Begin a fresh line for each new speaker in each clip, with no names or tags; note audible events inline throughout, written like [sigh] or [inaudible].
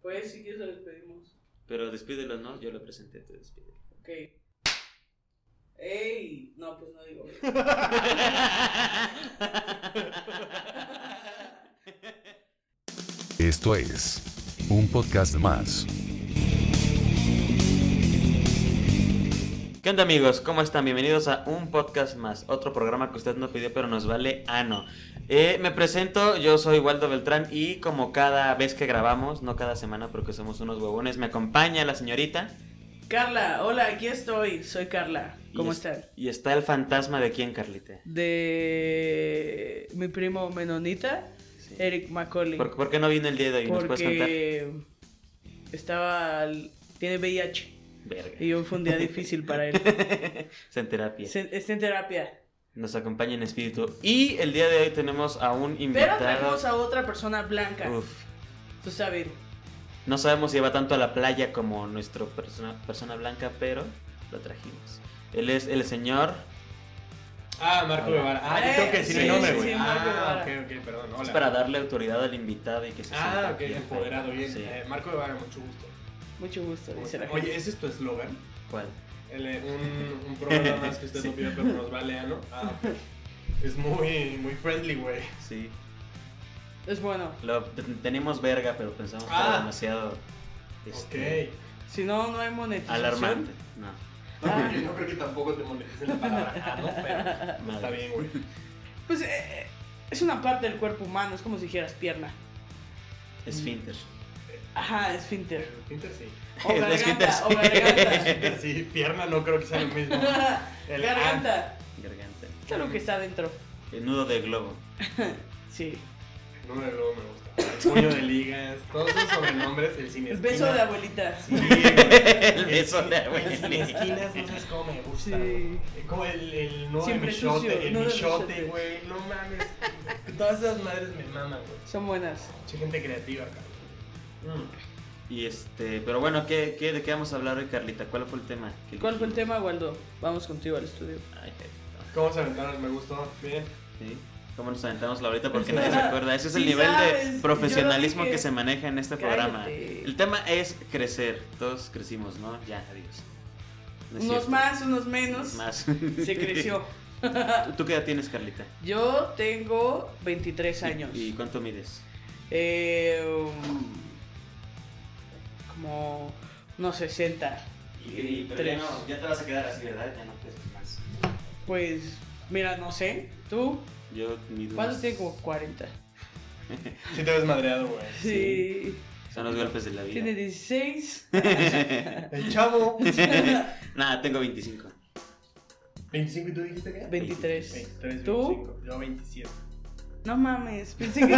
Pues si quieres lo despedimos.
Pero despídelo, ¿no? Yo lo presenté, te despídelo.
Ok. ¡Ey! No, pues no digo. [laughs]
Esto es un podcast más.
[laughs] ¿Qué onda amigos? ¿Cómo están? Bienvenidos a un podcast más, otro programa que usted no pidió pero nos vale ano. Eh, me presento, yo soy Waldo Beltrán y como cada vez que grabamos, no cada semana porque somos unos huevones, me acompaña la señorita.
Carla, hola, aquí estoy. Soy Carla.
y
¿Cómo
es-
están?
Y está el fantasma de quién, Carlita.
De mi primo Menonita,
Sí.
Eric Macaulay.
¿Por, por qué no vino el día de hoy? ¿Nos puedes contar?
porque estaba. al- Tiene VIH.
Verga.
Y hoy fue un día difícil para él.
[laughs] Está en terapia.
Se- Está en terapia.
Nos acompaña en espíritu. Y el día de hoy tenemos a un
Pero
invitado.
trajimos a otra persona blanca.
Uf.
Tú sabes.
No sabemos si va tanto a la playa como nuestro persona, persona blanca, pero lo trajimos. Él es el señor.
Ah, Marco
Hola.
Guevara. Ah,
Eh,
yo tengo que decir
sí,
mi nombre,
sí,
güey.
sí, Marco
ah,
Guevara.
ok, ok, perdón.
Es
Hola.
para darle autoridad al invitado y que se sienta
Ah, ok,
bien.
empoderado, bien.
Sí.
Eh, Marco Guevara, mucho gusto.
Mucho gusto, dice la gente.
Oye, ¿ese es tu eslogan?
¿Cuál?
El, eh, un, un programa más que usted
Sí.
no pide, pero nos vale, ¿no? Ah, ok. es muy, muy friendly, güey.
Sí.
Es bueno.
Lo, te- tenemos verga, pero pensamos que
Ah.
era demasiado.
Ok.
este,
Si no, no hay monetización.
Alarmante. No.
No, porque no creo que tampoco te molesten la palabra. Ah, no, pero
Madre.
está bien, güey.
Pues eh, es una parte del cuerpo humano, es como si dijeras pierna.
Esfínter.
Ajá, esfínter.
[laughs]
El Pinter sí.
O
Es
garganta,
esfínter, sí.
o garganta.
Pinter sí, pierna no creo que sea lo
[laughs]
mismo. El ah.
garganta.
Garganta.
Esto es lo que está adentro.
El nudo de globo. [laughs]
Sí.
No me luego me gusta. El puño de ligas, todos esos sobrenombres, el cine.
El beso de abuelita.
[laughs]
Sí, güey.
El beso de
El sin Pues, esquinas, no sabes cómo me
Sí.
gusta. güey. Eh, Como el, el nudo de
Siempre
michote,
sucio,
el
nudo de
michote,
michote.
güey. No mames. Todas esas madres me maman, güey.
Son buenas.
Soy gente creativa, cabrón. Mm.
Y este, pero bueno, ¿qué, qué, ¿de qué vamos a hablar hoy, Carlita? ¿Cuál fue el tema? que
¿Cuál fue el
elegimos?
tema, Waldo? Vamos contigo al estudio.
Ay, ay,
¿Cómo se aventaron? Me gustó. Bien.
no, ¿sí? ¿Cómo nos aventamos la ahorita?
[laughs]
Porque nadie se acuerda. Ese es el
Sí
nivel
sabes,
de
yo
profesionalismo
dije.
que se maneja en este
Cállate.
programa. El tema es crecer. Todos crecimos, ¿no? Ya, adiós. No es
unos
cierto.
más, unos menos.
Más.
Se creció.
[laughs] ¿Tú- ¿Tú qué edad tienes, Carlita?
Yo tengo 23
¿Y-
años.
¿Y, cuánto mides?
Eh, um, como unos 60. Y pero ya tres. no,
te vas a quedar así, ¿verdad? Ya no creces más.
Pues, mira, no sé. ¿Tú?
Yo mido.
¿Cuánto
unos-
tiene como 40?
Sí te ves madreado, güey.
Sí.
Son los golpes de la vida. [laughs]
Tiene 16.
El chavo.
Nada, tengo 25.
25 y tú dijiste qué?
23.
23,
¿Tú?
25. Yo 27.
No mames, pensé que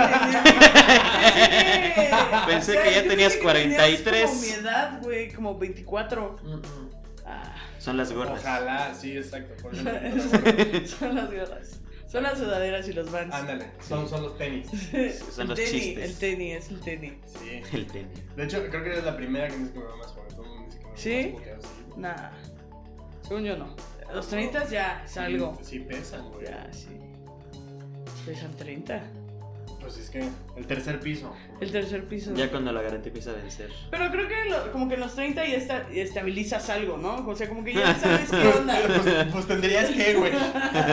tenías.
Pensé
o sea,
que ya
yo
tenías
pensé que
43.
Como mi edad, güey, como 24.
[laughs]
Ah,
Son las gordas.
Ojalá, sí, exacto. Por
[laughs]
eso me gusta.
son las gorras. Son las sudaderas y los vans. [laughs]
Ándale, son, son los tenis.
Son los
el tenis,
chistes.
El tenis, es el tenis.
Sí.
El tenis.
De hecho, creo que eres la primera que me dice que me va más joven. Todo el mundo me dice que me va
¿Sí?
más puteado, sí.
Nah. Según yo no. Los 30 ya es
Sí,
algo.
Sí, pesan, güey.
Ya, sí. Pesan 30.
Pues es que el tercer piso.
El tercer piso.
Ya cuando la garantía empieza a vencer.
Pero creo que lo- como que en los 30 ya esta- estabilizas algo, ¿no? O sea, como que ya sabes qué
[laughs]
onda.
[laughs]
[laughs]
Pues, pues tendrías que, güey.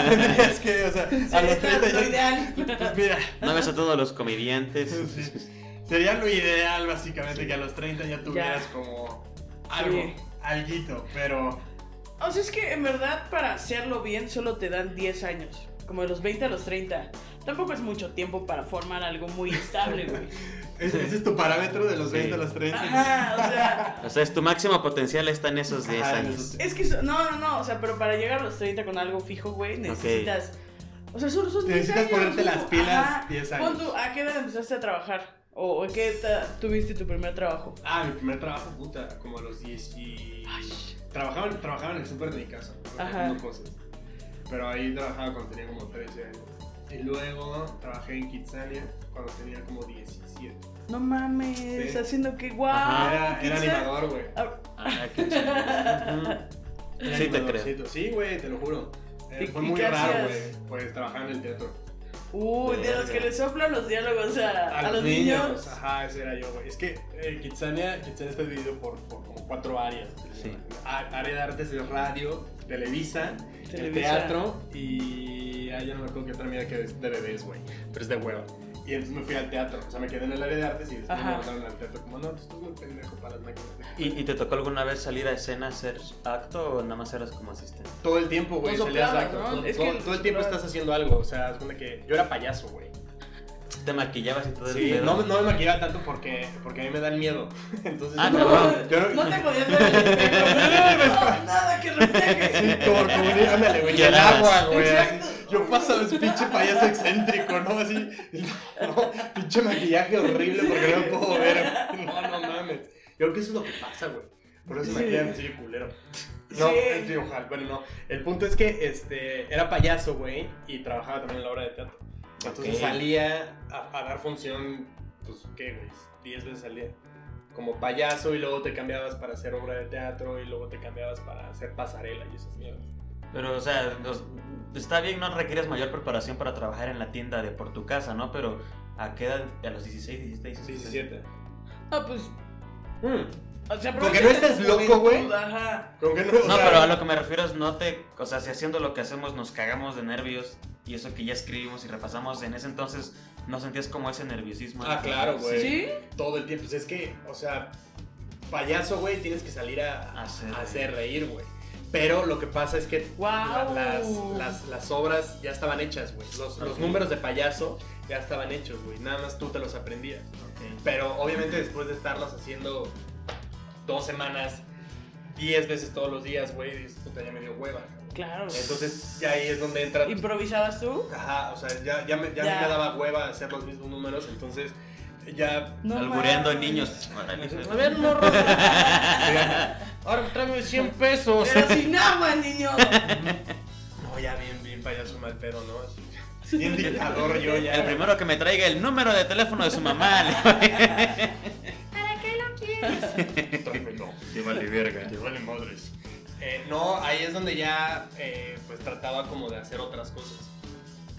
tendrías que, o sea, a los 30
es lo
ya-
ideal.
Pues mira,
No ves a todos los comediantes.
[laughs] sí, sería lo ideal, básicamente, que a los 30 ya tuvieras como algo,
Sí.
alguito, pero.
O sea, es que en verdad para hacerlo bien solo te dan 10 años. Como de los 20 a los 30. Tampoco es mucho tiempo para formar algo muy estable,
[laughs]
güey.
Ese, ese es tu parámetro de los
Sí.
20 a los 30.
Ajá, o sea.
O sea, es tu máximo potencial está en esos 10
Ajá,
años.
esos-
Es que, so- no, no, no, o sea, pero para llegar a los 30 con algo fijo, güey, necesitas... O sea, solo son 10
Necesitas
años,
ponerte
¿no?
las pilas
Ajá.
10 años.
Pon tú, ¿A qué edad empezaste a trabajar? ¿O a qué edad tuviste tu primer trabajo?
Ah, mi primer trabajo, puta, como a los 10 y... Trabajaba, en- trabajaba en el súper de mi casa,
Ajá.
haciendo cosas. Pero ahí trabajaba cuando tenía como 13 años. Y luego trabajé en Kitsania cuando tenía como 17.
No mames,
Sí.
haciendo que guau.
era, era
quizá-
animador, güey.
Ah,
Ah, qué chido.
Era
Sí, te creo.
animadorcito. Sí, güey, te lo juro. Eh,
¿Y-
fue
y
muy
qué
raro,
hacías?
güey, pues trabajaba en el teatro.
Uy, de los
Verga.
que le soplan los diálogos a, a los niños.
Ajá, ese era yo, güey. Es que eh, Kitsania, Kitsania está dividido por, por como cuatro áreas.
Sí.
A- área de artes es radio, Televisa, el
Televisa.
teatro y. Ah, ya no me acuerdo qué otra mierda que es de bebés, güey. Pero es de hueva. Y entonces me fui al teatro. O sea, me quedé en el área de artes y después
Ajá.
me mandaron al teatro. Como, no, tú estás muy pendejo para las máquinas.
¿Y, y te tocó alguna vez salir a escena a hacer acto o nada más eras como asistente?
Todo el tiempo, güey,
No
salías
soplabas,
acto.
¿no?
Todo,
Es
todo-
que-
todo el tiempo estás haciendo algo. O sea, es como que yo era payaso, güey.
¿Te maquillabas y todo el
Sí,
pedo?
no, no me maquillaba tanto porque, porque a mí me dan miedo. [laughs] Entonces,
Ah,
yo-
cabrón.
yo
No te podías ver el
[laughs]
espejo. No, nada que refleje.
Sí, como, como un- ándale, güey,
Ya
el
nada más.
agua, güey.
Exacto.
Yo pasaba ese pinche payaso excéntrico, ¿no? Así, no, pinche maquillaje horrible porque no me puedo ver. No, no mames. Yo creo que eso es lo que pasa, güey. Por eso se
Sí.
maquillan así, de culero.
Sí.
No, sí, ojalá. Bueno, no. El punto es que este, era payaso, güey, y trabajaba también en la obra de teatro. Entonces
Ok.
salía a, a dar función, pues, ¿qué, güey? Diez veces al día. Como payaso, y luego te cambiabas para hacer obra de teatro, y luego te cambiabas para hacer pasarela y esas mierdas.
Pero, o sea, los- está bien, no requieres mayor preparación para trabajar en la tienda de por tu casa, ¿no? Pero, ¿a qué edad? ¿A los 16, 16, 17?
17.
No, pues.
Mm,
O sea,
Con que no estés loco, güey.
Ajá.
Como que no,
[laughs]
o
No,
sea,
pero a lo que me refiero es no te... O sea, si haciendo lo que hacemos nos cagamos de nervios y eso que ya escribimos y repasamos en ese entonces, ¿no sentías como ese nerviosismo?
Ah, claro, güey.
¿Sí?
todo el tiempo. Pues es que, o sea, payaso, güey, tienes que salir a,
A hacer
a hacer reír, güey. Pero lo que pasa es que
Guau.
las, las- las obras ya estaban hechas, güey. Los, los
Ok.
números de payaso ya estaban hechos, güey. Nada más tú te los aprendías. Pero obviamente después de estarlas haciendo dos semanas, diez veces todos los días, güey, dices, puta, ya me dio hueva.
Claro.
Entonces, ya ahí es donde entra...
¿Improvisabas tú?
Ajá, o sea, ya, ya, me, ya,
Ya.
me daba hueva hacer los mismos números, entonces ya...
No
Albureando
mames.
niños. Órale. pues.
A ver, no, [laughs] Rosa. Ahora tráeme 100 pesos.
Pero sin agua, niño.
No, ya bien, bien payaso mal pedo, ¿no? Así, Bien dictador yo ya.
El primero que me traiga el número de teléfono de su mamá. [laughs]
Tráemelo.
Te vale verga.
Te vale madres. Eh, no, ahí es donde ya eh, pues trataba como de hacer otras cosas.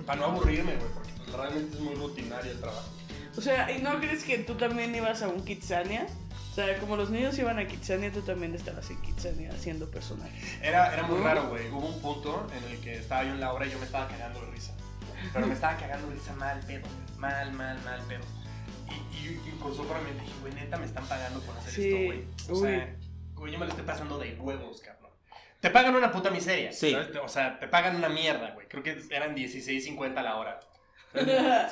Para no aburrirme, güey, porque pues, realmente es muy rutinario el trabajo.
O sea, ¿y no crees que tú también ibas a un Kitsania? O sea, como los niños iban a Kitsania, tú también estabas en Kitsania haciendo personajes.
Era, era muy raro, güey. Hubo un punto en el que estaba yo en la obra y yo me estaba cagando de risa. Pero me estaba cagando de risa mal pedo, güey. mal, mal, mal pedo. Y, y, y cruzó por mi mente y dije, güey, neta me están pagando por hacer
Sí.
esto, güey. O sea, güey, yo me lo estoy pasando de huevos, cabrón. Te pagan una puta miseria.
Sí.
¿sabes? O sea, te pagan una mierda, güey. Creo que eran 16.50 la hora.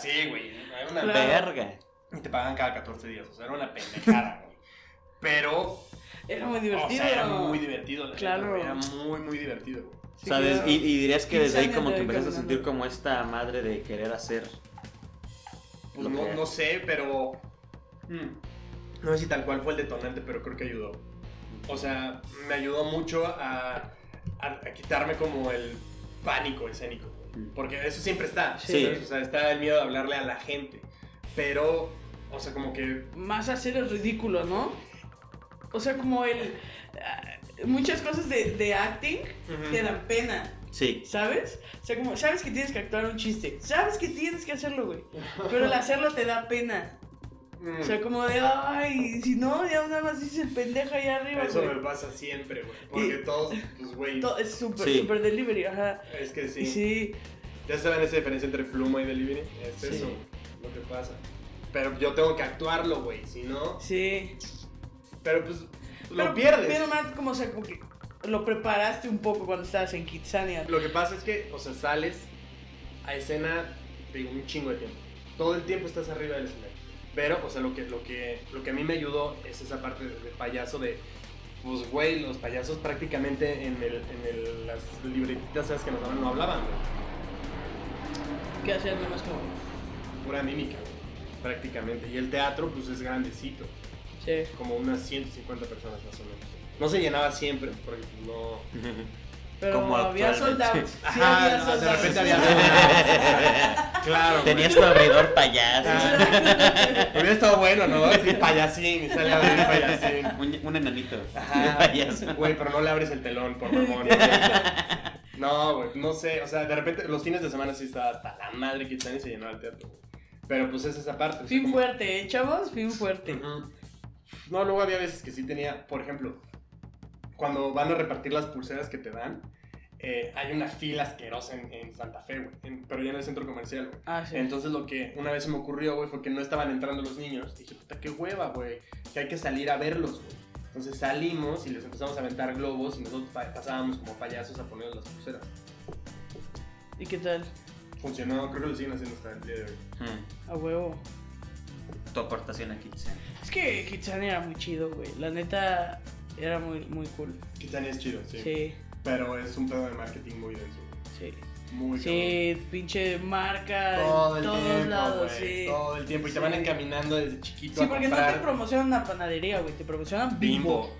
Sí, güey. Era una
Claro.
Verga.
Y te pagan cada 14 días. O sea, era una pendejada, güey. Pero
Era muy divertido.
o sea, era muy divertido. la
Claro.
neta, güey, era muy, muy divertido. güey.
Sí,
¿Sabes?
claro.
Y, y dirías que desde ahí
Insania
como
te
que
ve
empezaste a sentir
caminando.
como esta madre de querer hacer.
Pues
Lo que-
no, no sé, pero. mm, No sé si tal cual fue el detonante, pero creo que ayudó. O sea, me ayudó mucho a, a- a quitarme como el pánico escénico. güey.
Mm.
Porque eso siempre está.
Sí.
¿sabes? O sea, está el miedo de hablarle a la gente. Pero, o sea, como que.
más hacer el ridículo, ¿no? O sea, como el... ah, Muchas cosas de, de acting
mm,
te dan pena, [laughs]
Sí.
¿sabes? O sea, como sabes que tienes que actuar un chiste, sabes que tienes que hacerlo, güey, pero el hacerlo te da pena.
Mm,
O sea, como de, ay, si no, ya nada más dices el pendejo ahí arriba,
Eso me
güey.
pasa siempre, güey. Porque
Y-
todos, pues, güey.
To- Es súper,
Sí.
súper delivery, ajá.
Es que
Sí.
Ya saben esa diferencia entre pluma y delivery. Es
Sí.
eso lo que pasa. Pero yo tengo que actuarlo, güey. Si no.
sí.
Pero pues lo
Pero-
pierdes.
Pero más como, o sea, como que lo preparaste un poco cuando estabas en Kitsania.
Lo que pasa es que, o sea, sales a escena digo, un chingo de tiempo. Todo el tiempo estás arriba del escenario. Pero, o sea, lo que, lo que, lo que a mí me ayudó es esa parte de, de payaso de. Pues, güey, los payasos prácticamente en, el, en el- las libretitas esas que nos daban no hablaban, güey.
Que hacías nada más como...
Pura mímica, güey, Prácticamente. Y el teatro, pues es grandecito.
Sí.
como unas 150 personas más o menos. No se llenaba siempre, porque pues, no...
Pero
Como
había
actualmente.
soldados. Sí, había soldados.
de repente había... claro,
[laughs]
güey.
Tenías tu abridor
Ah,
payaso.
Exacto.
Hubiera estado bueno, ¿no? Así, payasín, y sale a abrir
[laughs]
payasín.
Un, un enanito. [laughs]
Ajá.
Payaso.
[laughs] Güey, pero no le abres el telón, por mamón. No, güey, no sé. O sea, de repente los fines de semana sí estaba hasta la madre que están y se llenaba el teatro. güey. Pero pues es esa parte. o sea,
[laughs] Fin
como-
fuerte, ¿eh, chavos? Fin fuerte.
Ujú. No, luego había veces que sí tenía, por ejemplo, cuando van a repartir las pulseras que te dan, eh, hay una fila asquerosa en, en Santa Fe, güey, en- pero ya en el centro comercial, güey.
Ah, sí.
Entonces lo que una vez se me ocurrió, güey, fue que no estaban entrando los niños. Dije, puta, qué hueva, güey, que hay que salir a verlos, güey. Entonces salimos y les empezamos a aventar globos y nosotros pa- pasábamos como payasos a poner las pulseras.
¿Y qué tal?
Funcionó, creo que lo siguen haciendo hasta el día de hoy.
Hmm.
A huevo.
Tu aportación aquí. sí.
Es que Kitsani era muy chido, güey. La neta, era muy, muy cool.
Kitani es chido, sí,
Sí,
Pero es un pedo de marketing muy denso, güey.
sí.
Muy cabrón.
Sí, pinche marca
todo
en
el
todos
tiempo,
lados,
güey,
sí.
Todo el tiempo. Y te van
Sí.
encaminando desde chiquito
Sí,
a
porque no
comprar
te promocionan una panadería, güey. Te promocionan Bimbo.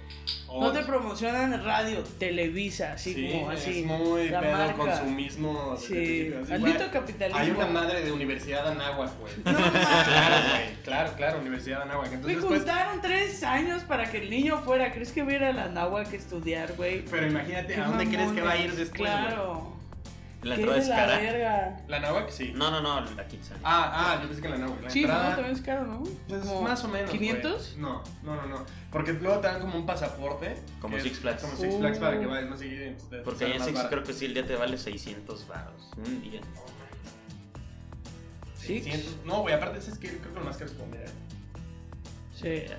No te promocionan radio, Televisa, así
Oh, Sí,
como
es
así.
muy
la
pedo
marca.
consumismo. desde el
Sí,
principio, así,
maldito
güey.
capitalismo.
Hay una madre de Universidad de Anáhuac, güey.
No mames.
Claro, güey. Claro, claro, Universidad de Anáhuac.
Me
Entonces, pues,
juntaron tres años para que el niño fuera. ¿Crees que hubiera la nahua que estudiar, güey?
pero imagínate,
Qué
¿a dónde crees que va a ir
mamones,
después, güey?
Claro.
La
Qué
entrada
de
es
la
cara.
verga.
¿La Anáhuac? Sí.
No, no, no, la Kitsani.
Ah, ah, yo pensé que la Anáhuac. La
Sí, pero
entrada-
no, también es caro, ¿no?
Pues
Como
más o menos. güey.
¿500?
No, no, no, no. Porque luego te dan como un pasaporte.
Como
que es
Six Flags.
Como Six Flags para que
Uh.
vayas más seguido. y entonces te
Porque
sale
ahí en
más
Six
barato.
creo que sí, el día te vale 600 baros. Un día.
Six.
600. No, güey, aparte ese es que creo que ¿eh? lo más caro es como mira.
Sí.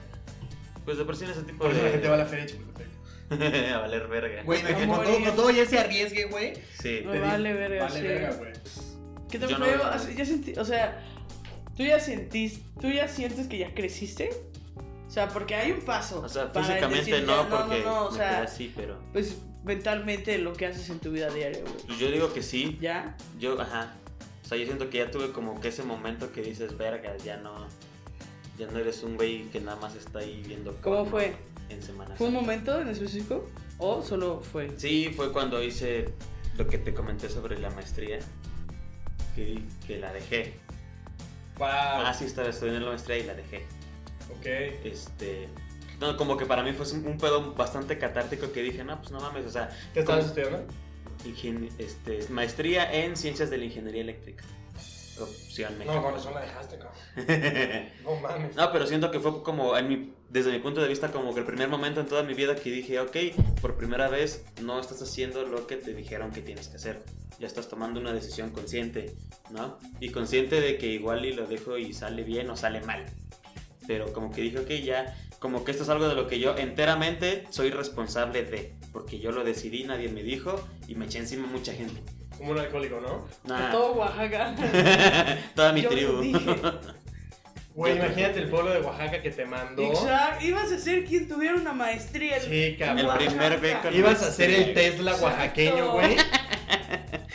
Pues de por sí en ese tipo
Por eso la gente
de...
va a la feria de Chapultepec.
[laughs] a valer verga.
Güey, de que
Va a
con todo,
morir.
con todo ya se arriesgue, güey.
Sí.
No
te digo,
vale verga,
Vale
sí.
verga, güey.
¿Qué tan
Yo no-
feo? Así, ya sentí- o sea, tú ya sentís, tú ya sientes que ya creciste. O sea, porque hay un paso.
O sea,
para
físicamente
decir ya,
no, porque
no, no, o
me
sea,
quedé así, pero...
pues mentalmente lo que haces en tu vida diaria, güey.
Pues yo digo que sí,
¿Ya?
yo, ajá. O sea, yo siento que ya tuve como que ese momento que dices, verga, ya no... Ya no eres un güey que nada más está ahí viendo...
¿Cómo
porno
fue?
En Semana
¿Fue un
Santa.
momento en específico o solo fue?
Sí, fue cuando hice lo que te comenté sobre la maestría. Que, que la dejé.
Wow.
Ah, sí, estaba estudiando la maestría y la dejé.
Ok.
Este... No, como que para mí fue un un pedo bastante catártico que dije, no, pues no mames, o sea,
¿Qué estabas estudiando?
Ingen- este, maestría en ciencias de la ingeniería eléctrica. Opción
No, con
México.
razón la dejaste, cabrón.
[laughs] No,
No mames.
pero siento que fue como, en mi- desde mi punto de vista, como que el primer momento en toda mi vida que dije, ok, por primera vez no estás haciendo lo que te dijeron que tienes que hacer. Ya estás tomando una decisión consciente, ¿no? Y consciente de que igual y lo dejo y sale bien o sale mal. Pero como que dije, ok, ya, como que esto es algo de lo que yo enteramente soy responsable de. Porque yo lo decidí, nadie me dijo y me eché encima mucha gente.
Como un alcohólico, ¿no?
Nah.
Todo
[laughs]
Oaxaca.
Toda Ah. mi
Yo lo
[laughs] tribu.
dije.
Güey,
Yo
imagínate el pueblo de Oaxaca que te mandó.
Exacto. ah, Ibas a ser quien tuviera una maestría.
Sí,
El
cabrón.
primer beco.
Ibas a hacer el Tesla
Exacto.
oaxaqueño, güey.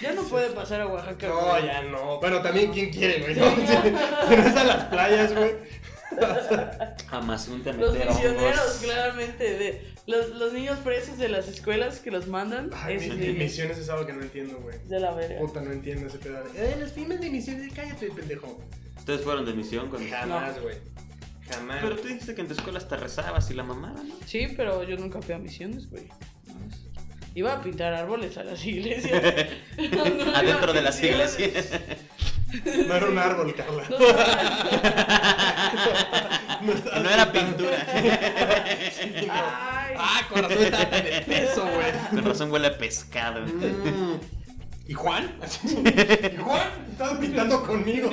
Ya no puede pasar a Oaxaca.
No,
güey.
ya no. Bueno, también, ¿quién quiere, güey? No, [laughs] te vas a las playas, güey.
Jamás un
Los
temetero.
misioneros, claramente, de los, los niños presos de las escuelas que los mandan,
Ay,
es
mi-
de,
mi- misiones es algo que no entiendo, güey.
de la verga.
Puta, no entiendo ese pedazo. Eh, los filmes de misiones, cállate, pendejo.
Ustedes fueron de misión con.
Jamás, güey. Jamás.
Pero tú dijiste que en tu escuela hasta rezabas y la mamada, ¿no?
Sí, pero yo nunca fui a misiones, güey. Iba a pintar árboles a las iglesias. No, no iba a
Adentro de las
misiones.
iglesias.
No era un árbol, Carla.
No, no,
estaba
[laughs] No era
pintando.
pintura.
no.
Sí, no.
Ay.
Ah, con razón estaba tan espeso, güey.
[laughs] Con razón huele a pescado.
Mm.
[laughs]
¿Y Juan? ¿Y Juan? Estás pintando conmigo.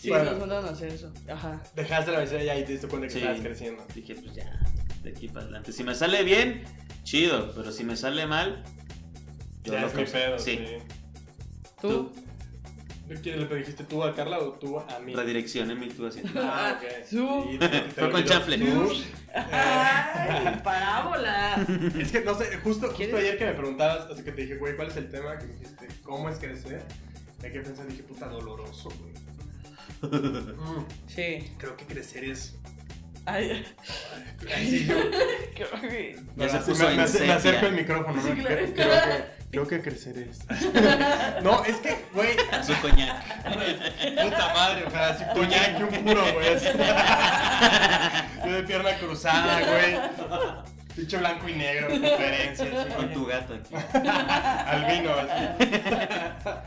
Sí,
Bueno.
nos mandaron a hacer eso. Ajá.
Dejaste la miseria ya y te diste cuenta que
Sí.
estabas creciendo.
Dije, pues ya, de aquí para adelante. Si me sale bien, chido. Pero si me sale mal. yo
ya
lo
es mi
causo.
pedo,
Sí.
sí.
¿Tú?
¿Tú quién le pediste tú a Carla o tú a mí?
Redireccioné mi [laughs] tú haciendo.
Ah, ok.
Tú.
Sí, te- te
Fue con
olvidó.
chanfle.
Tú.
Ay, parábola.
Es que no sé, justo, justo
¿Quieres?
ayer que me preguntabas, así que te dije, güey, ¿cuál es el tema? Que me dijiste, ¿cómo es crecer? Me quedé pensando, dije, puta, doloroso, güey.
[laughs]
Mm,
Sí.
creo que
[laughs]
crecer es.
Ay,
Ay, sí, yo-
creo que-
Ya se
me-
puso
me, me acer- me
en
acerco
sepia.
al micrófono,
Sí,
¿no?
claro.
Creo, creo que, creo que crecer es. no, es [laughs] que, güey,
Su coñac.
puta madre, o sea, así coñac y un puro, güey. así. Yo de pierna cruzada, güey. Pinche blanco y negro, conferencias. sí.
Con tu gato aquí.
Al vino, [laughs] así.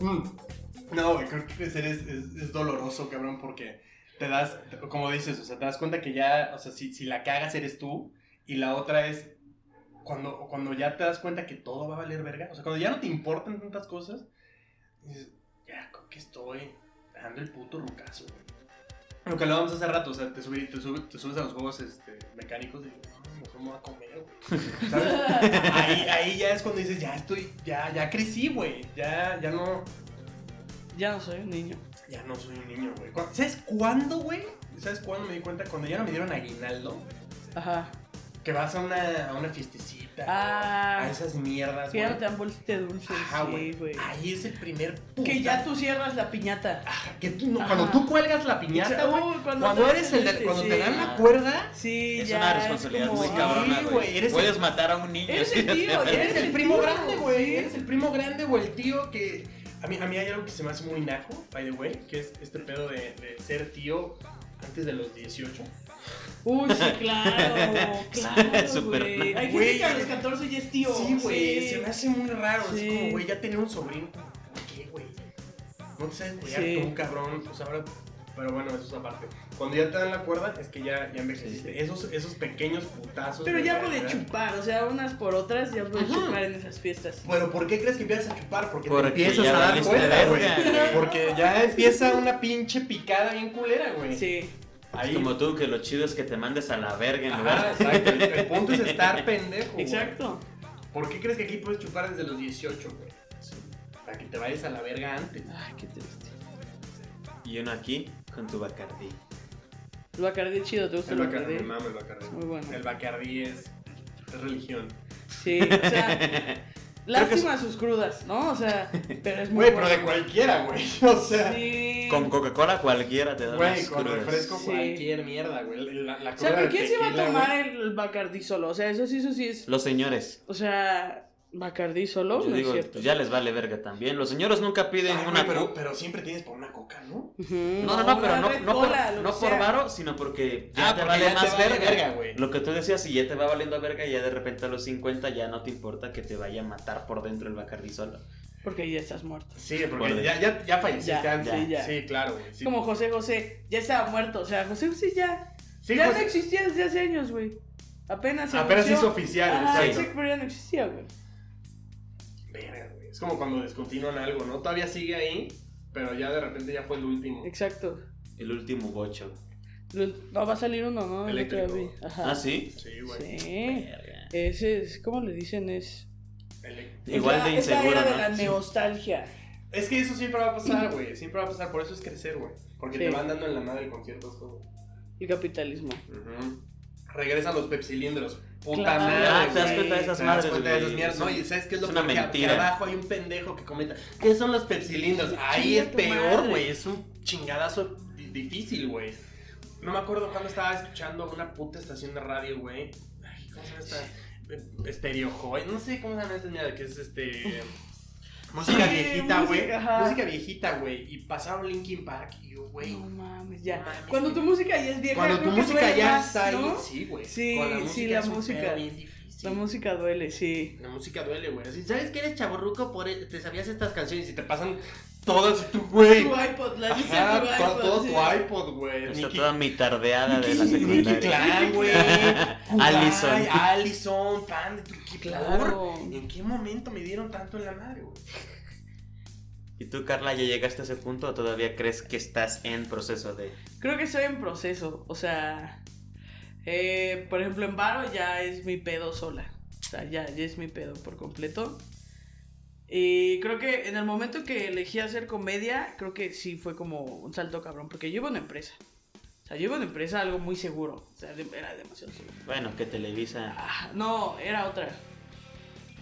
Mm. No, güey, creo que crecer es, es- es doloroso, cabrón, porque te das, como dices, o sea, te das cuenta que ya, o sea, si, si la cagas eres tú, y la otra es cuando, cuando ya te das cuenta que todo va a valer verga, o sea, cuando ya no te importan tantas cosas, dices, ya, creo que estoy dando el puto rucazo, güey. Lo que hablábamos hace rato, o sea, te, subí- te, sub- te subes a los juegos este, mecánicos y dices, no, mejor me voy a comer, güey. ¿Sabes? ahí, ahí ya es cuando dices, ya estoy, ya, ya crecí, güey. Ya, ya no,
Ya no soy un niño.
ya no soy un niño, güey. Cu- ¿Sabes cuándo, güey? ¿Sabes cuándo me di cuenta? Cuando ya no me dieron aguinaldo.
Ajá.
Que vas a una, a una fiestecita.
Ah.
a esas mierdas,
Que
güey.
ya no te dan bolsita de este dulce.
Ajá,
sí,
Ah, güey.
güey.
Ahí es el primer puta.
Que ya tú cierras la piñata.
Ajá, que tú no-
Ajá.
Cuando tú cuelgas la piñata,
Uy,
güey.
cuando
Cuando
te-
eres el del- Cuando te
sí.
dan la cuerda.
Sí,
Es
ya.
una responsabilidad
como,
muy
ah,
cabrona,
sí, güey,
güey.
eres
Puedes
el-
matar a un niño.
eres
si
el
ya te
tío,
parece.
Eres el primo
tío,
grande, güey.
sí.
Eres el primo grande o el tío que. A mí, a mí hay algo que se me hace muy naco, by the way, que es este pedo de, de ser tío antes de los 18.
Uy,
[laughs]
sí, claro. claro,
Súper
güey. Hay gente
Güey,
que a los 14 ya es tío.
sí, güey,
sí.
se me hace muy raro.
Sí.
Es como, güey, ya tenía un sobrino. ¿Por qué, güey? No te sabes cuidar
Sí.
tú, cabrón. O sea, ahora. Pero bueno, eso es aparte. Cuando ya te dan la cuerda, es que ya, ya envejeciste. Esos, esos pequeños putazos.
Pero
de
ya
la
puede
edad.
chupar, o sea, unas por otras ya puede
Ajá.
chupar en esas fiestas.
Pero ¿por qué crees que empiezas a chupar? Porque,
Porque
te empiezas
ya
a dar
valiste
cuenta, güey.
verga, güey.
Porque ya empieza una pinche picada bien culera, güey.
Sí.
Ahí.
Como tú, que lo chido es que te mandes a la verga en
Ajá,
lugar de-
exacto.
[laughs]
El, el punto es estar pendejo. Oh, güey.
Exacto.
¿Por qué crees que aquí puedes chupar desde los 18, güey? Para que te vayas a la verga antes.
Ay, qué triste.
Y uno aquí con tu bacardí.
El Bacardí es chido, ¿te gusta
El
Pues el
Bacardí,
Bacardí?
me mama el Bacardí.
Muy bueno.
El Bacardí es, es religión.
Sí, o
[laughs]
sea, lástima sus crudas, ¿no? O sea, pero es muy
Güey, pero
bueno.
de cualquiera, güey. [laughs] O sea,
Sí.
Con Coca-Cola cualquiera te da
güey,
unas
con
crudas.
refresco
Sí.
cualquier mierda, güey. La, la
O sea,
cruda
¿pero
de
quién se va a
tequila,
tomar
güey.
el, el Bacardí solo? O sea, eso sí, eso sí es.
Los señores.
O sea, Bacardí solo,
Yo
no
digo,
es cierto.
pues ya les vale verga también. Los señores nunca piden
Ay, güey,
una.
pero,
cu-
pero siempre tienes por una coca, ¿no?
Ujú.
no, no, no, pero
una
no,
Red
no por,
Cola, lo
no
que
por
sea.
varo, sino porque ya
Ah,
te
porque
vale
ya te
más
vale
verga.
verga, güey.
Lo que tú decías, si ya te va valiendo verga, ya de repente a los 50 ya no te importa que te vaya a matar por dentro el Bacardi solo.
Porque ya estás muerto.
Sí,
Por
porque ya, ya, ya falleciste
Ya,
antes.
sí, ya.
Sí, claro, güey. Sí,
Es como José José, ya estaba muerto. O sea, José José ya.
Sí, pues,
ya
José-
no existía desde hace años, güey. Apenas se
apenas
anunció.
hizo oficial.
Ah,
exacto.
sí, pero ya no existía, güey.
Verga, güey. Es como cuando descontinúan algo, ¿no? Todavía sigue ahí, pero ya de repente ya fue el último.
Exacto.
El último bocho.
Lo- No, va a salir uno, ¿no? El otro día
Eléctrico.
vi. Ajá.
¿Ah, sí?
Sí, güey.
Sí.
Verga.
Ese es, ¿cómo le dicen? Es.
El-
Igual
es
de
la- es la
inseguro,
era
¿no?
de la
Sí.
nostalgia.
Es que eso siempre va a
[laughs]
pasar, güey. Siempre va a pasar. Por eso es crecer, güey. Porque
Sí.
te van dando en la madre con ciertas cosas.
El capitalismo.
Regresan los pepsilindros. Puta
Claro.
madre.
Ah, te das
güey.
cuenta de esas
Te das
madres,
cuenta de
güey.
esas mierdas. No,
Es
y ¿sabes qué es lo
es una
peor? que,
mentira.
que abajo hay un pendejo que comenta, ¿qué son los pepsilindros? Ahí es
tu
peor,
madre.
güey. Es un chingadazo di- difícil, güey. No me acuerdo cuando estaba escuchando una puta estación de radio, güey. Ay, ¿cómo se llama esta? Eh, Estereo Joy. No sé cómo se llama esta mierda, que
[laughs]
es este. Música
Sí,
viejita, güey.
música, ajá.
Música viejita, güey. Y pasaron Linkin Park y yo, güey.
No mames, ya.
No mames,
Cuando
sí.
tu música ya es vieja,
Cuando tu
creo que
música
duele
ya
más,
está ahí,
¿no?
sí, güey.
Sí,
Con
sí, la
es un
música.
pedo bien difícil.
La música duele, sí.
La música duele, güey. Así, ¿Sabes que eres chaborruco? Por el- te sabías estas canciones y te pasan todas y tú, güey.
Tu iPod, la música
Ajá,
tu
todo,
iPod.
todo
sí.
tu iPod, güey.
Está
Nicky-
toda mi tardeada de la
Nicky- Nicky
secundaria.
Clan,
[laughs]
güey. Kudai,
Allison.
Allison, pan de tu qué
Claro.
por- ¿En qué momento me dieron tanto en la madre, güey?
¿Y tú, Carla, ya llegaste a ese punto o todavía crees que estás en proceso de.?
Creo que estoy en proceso. O sea, eh, por ejemplo, en Varo ya es mi pedo sola. O sea, ya, ya es mi pedo por completo. Y creo que en el momento que elegí hacer comedia, creo que sí fue como un salto cabrón, porque yo iba a una empresa. O sea, yo iba a una empresa algo muy seguro. O sea, de- era demasiado seguro.
Bueno, que Televisa.
Ah, no, era otra.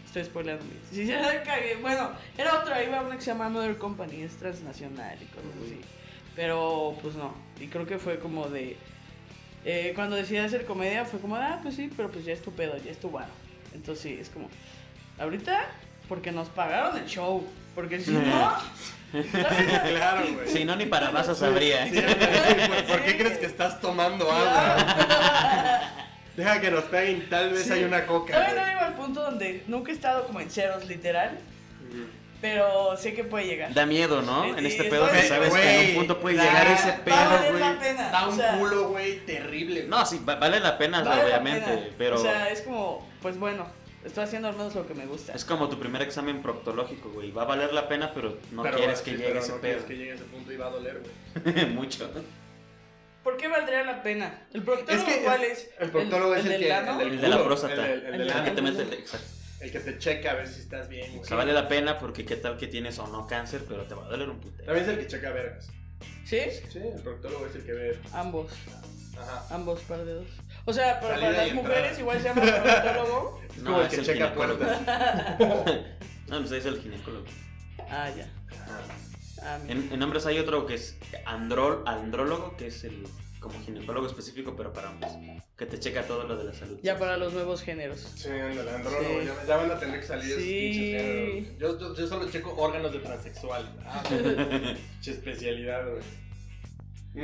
Estoy spoileando. Sí, [laughs] ya la cagué. Bueno, era otra. Iba a una que se llama Mother Company. Es transnacional y cosas así. Pero, pues no. Y creo que fue como de... eh, cuando decidí hacer comedia fue como, ah, pues sí, pero pues ya es tu pedo, ya es tu varo. Entonces sí, es como... Ahorita, porque nos pagaron el show. Porque si no... [laughs] entonces,
Claro, güey. [laughs]
Si no, ni para vasos habría.
[laughs]
¿eh?
Sí, güey, ¿Por, por qué crees que estás tomando agua? Deja que nos peguen, tal vez
Sí.
hay una coca.
Todavía no
güey.
llego al punto donde nunca he estado como en ceros, literal. Pero sé que puede llegar.
Da miedo, ¿no?
Sí,
En este
sí,
pedo que
güey,
sabes que en
güey,
un punto puede
da-
llegar ese
da
Va a
pedo,
valer
güey.
la pena.
Da
o
un
sea,
culo, güey, terrible.
No, sí, va- vale la pena,
vale la
obviamente,
pena.
pero
O sea, es como, pues bueno, estoy haciendo al menos lo que me gusta.
es como tu primer examen proctológico, güey. Va a valer la pena, pero no
Pero,
quieres
sí,
que llegue
pero
ese
no
pedo.
quieres que llegue a ese punto y va a doler,
[laughs]
güey.
Mucho.
¿Por qué valdría la pena? ¿El proctólogo
Es que
cuál es?
El proctólogo es el,
del
que.
ano?
El de la
culo,
próstata.
El, el
El
del
de-
ano.
que te mete el
el-
exacto.
El que te checa a ver si estás bien, güey.
O sea, vale la pena porque qué tal que tienes o no cáncer, pero te va a doler un putero.
También es el que checa vergas.
¿Sí?
Sí, el proctólogo es el que ve.
Ambos,
Ajá.
ambos par de dos. O sea, pero
Salida
para las
y entrada.
mujeres igual se llama
[laughs]
proctólogo.
Es
No,
como el
es
que
el
checa
ginecólogo. [laughs]
puertas.
No, pues es el ginecólogo.
Ah, ya. Ah, mira.
En, en hombres hay otro que es androl, andrólogo, que es el como ginecólogo específico, pero para hombres. Que te checa todo lo de la salud.
Ya para los nuevos géneros.
Sí, ándale, andrólogo.
Sí.
Ya, ya van a tener que salir esos
Sí.
pinches géneros. Yo, yo, yo solo checo órganos de transexual.
[laughs]
Ah, pinche especialidad, güey.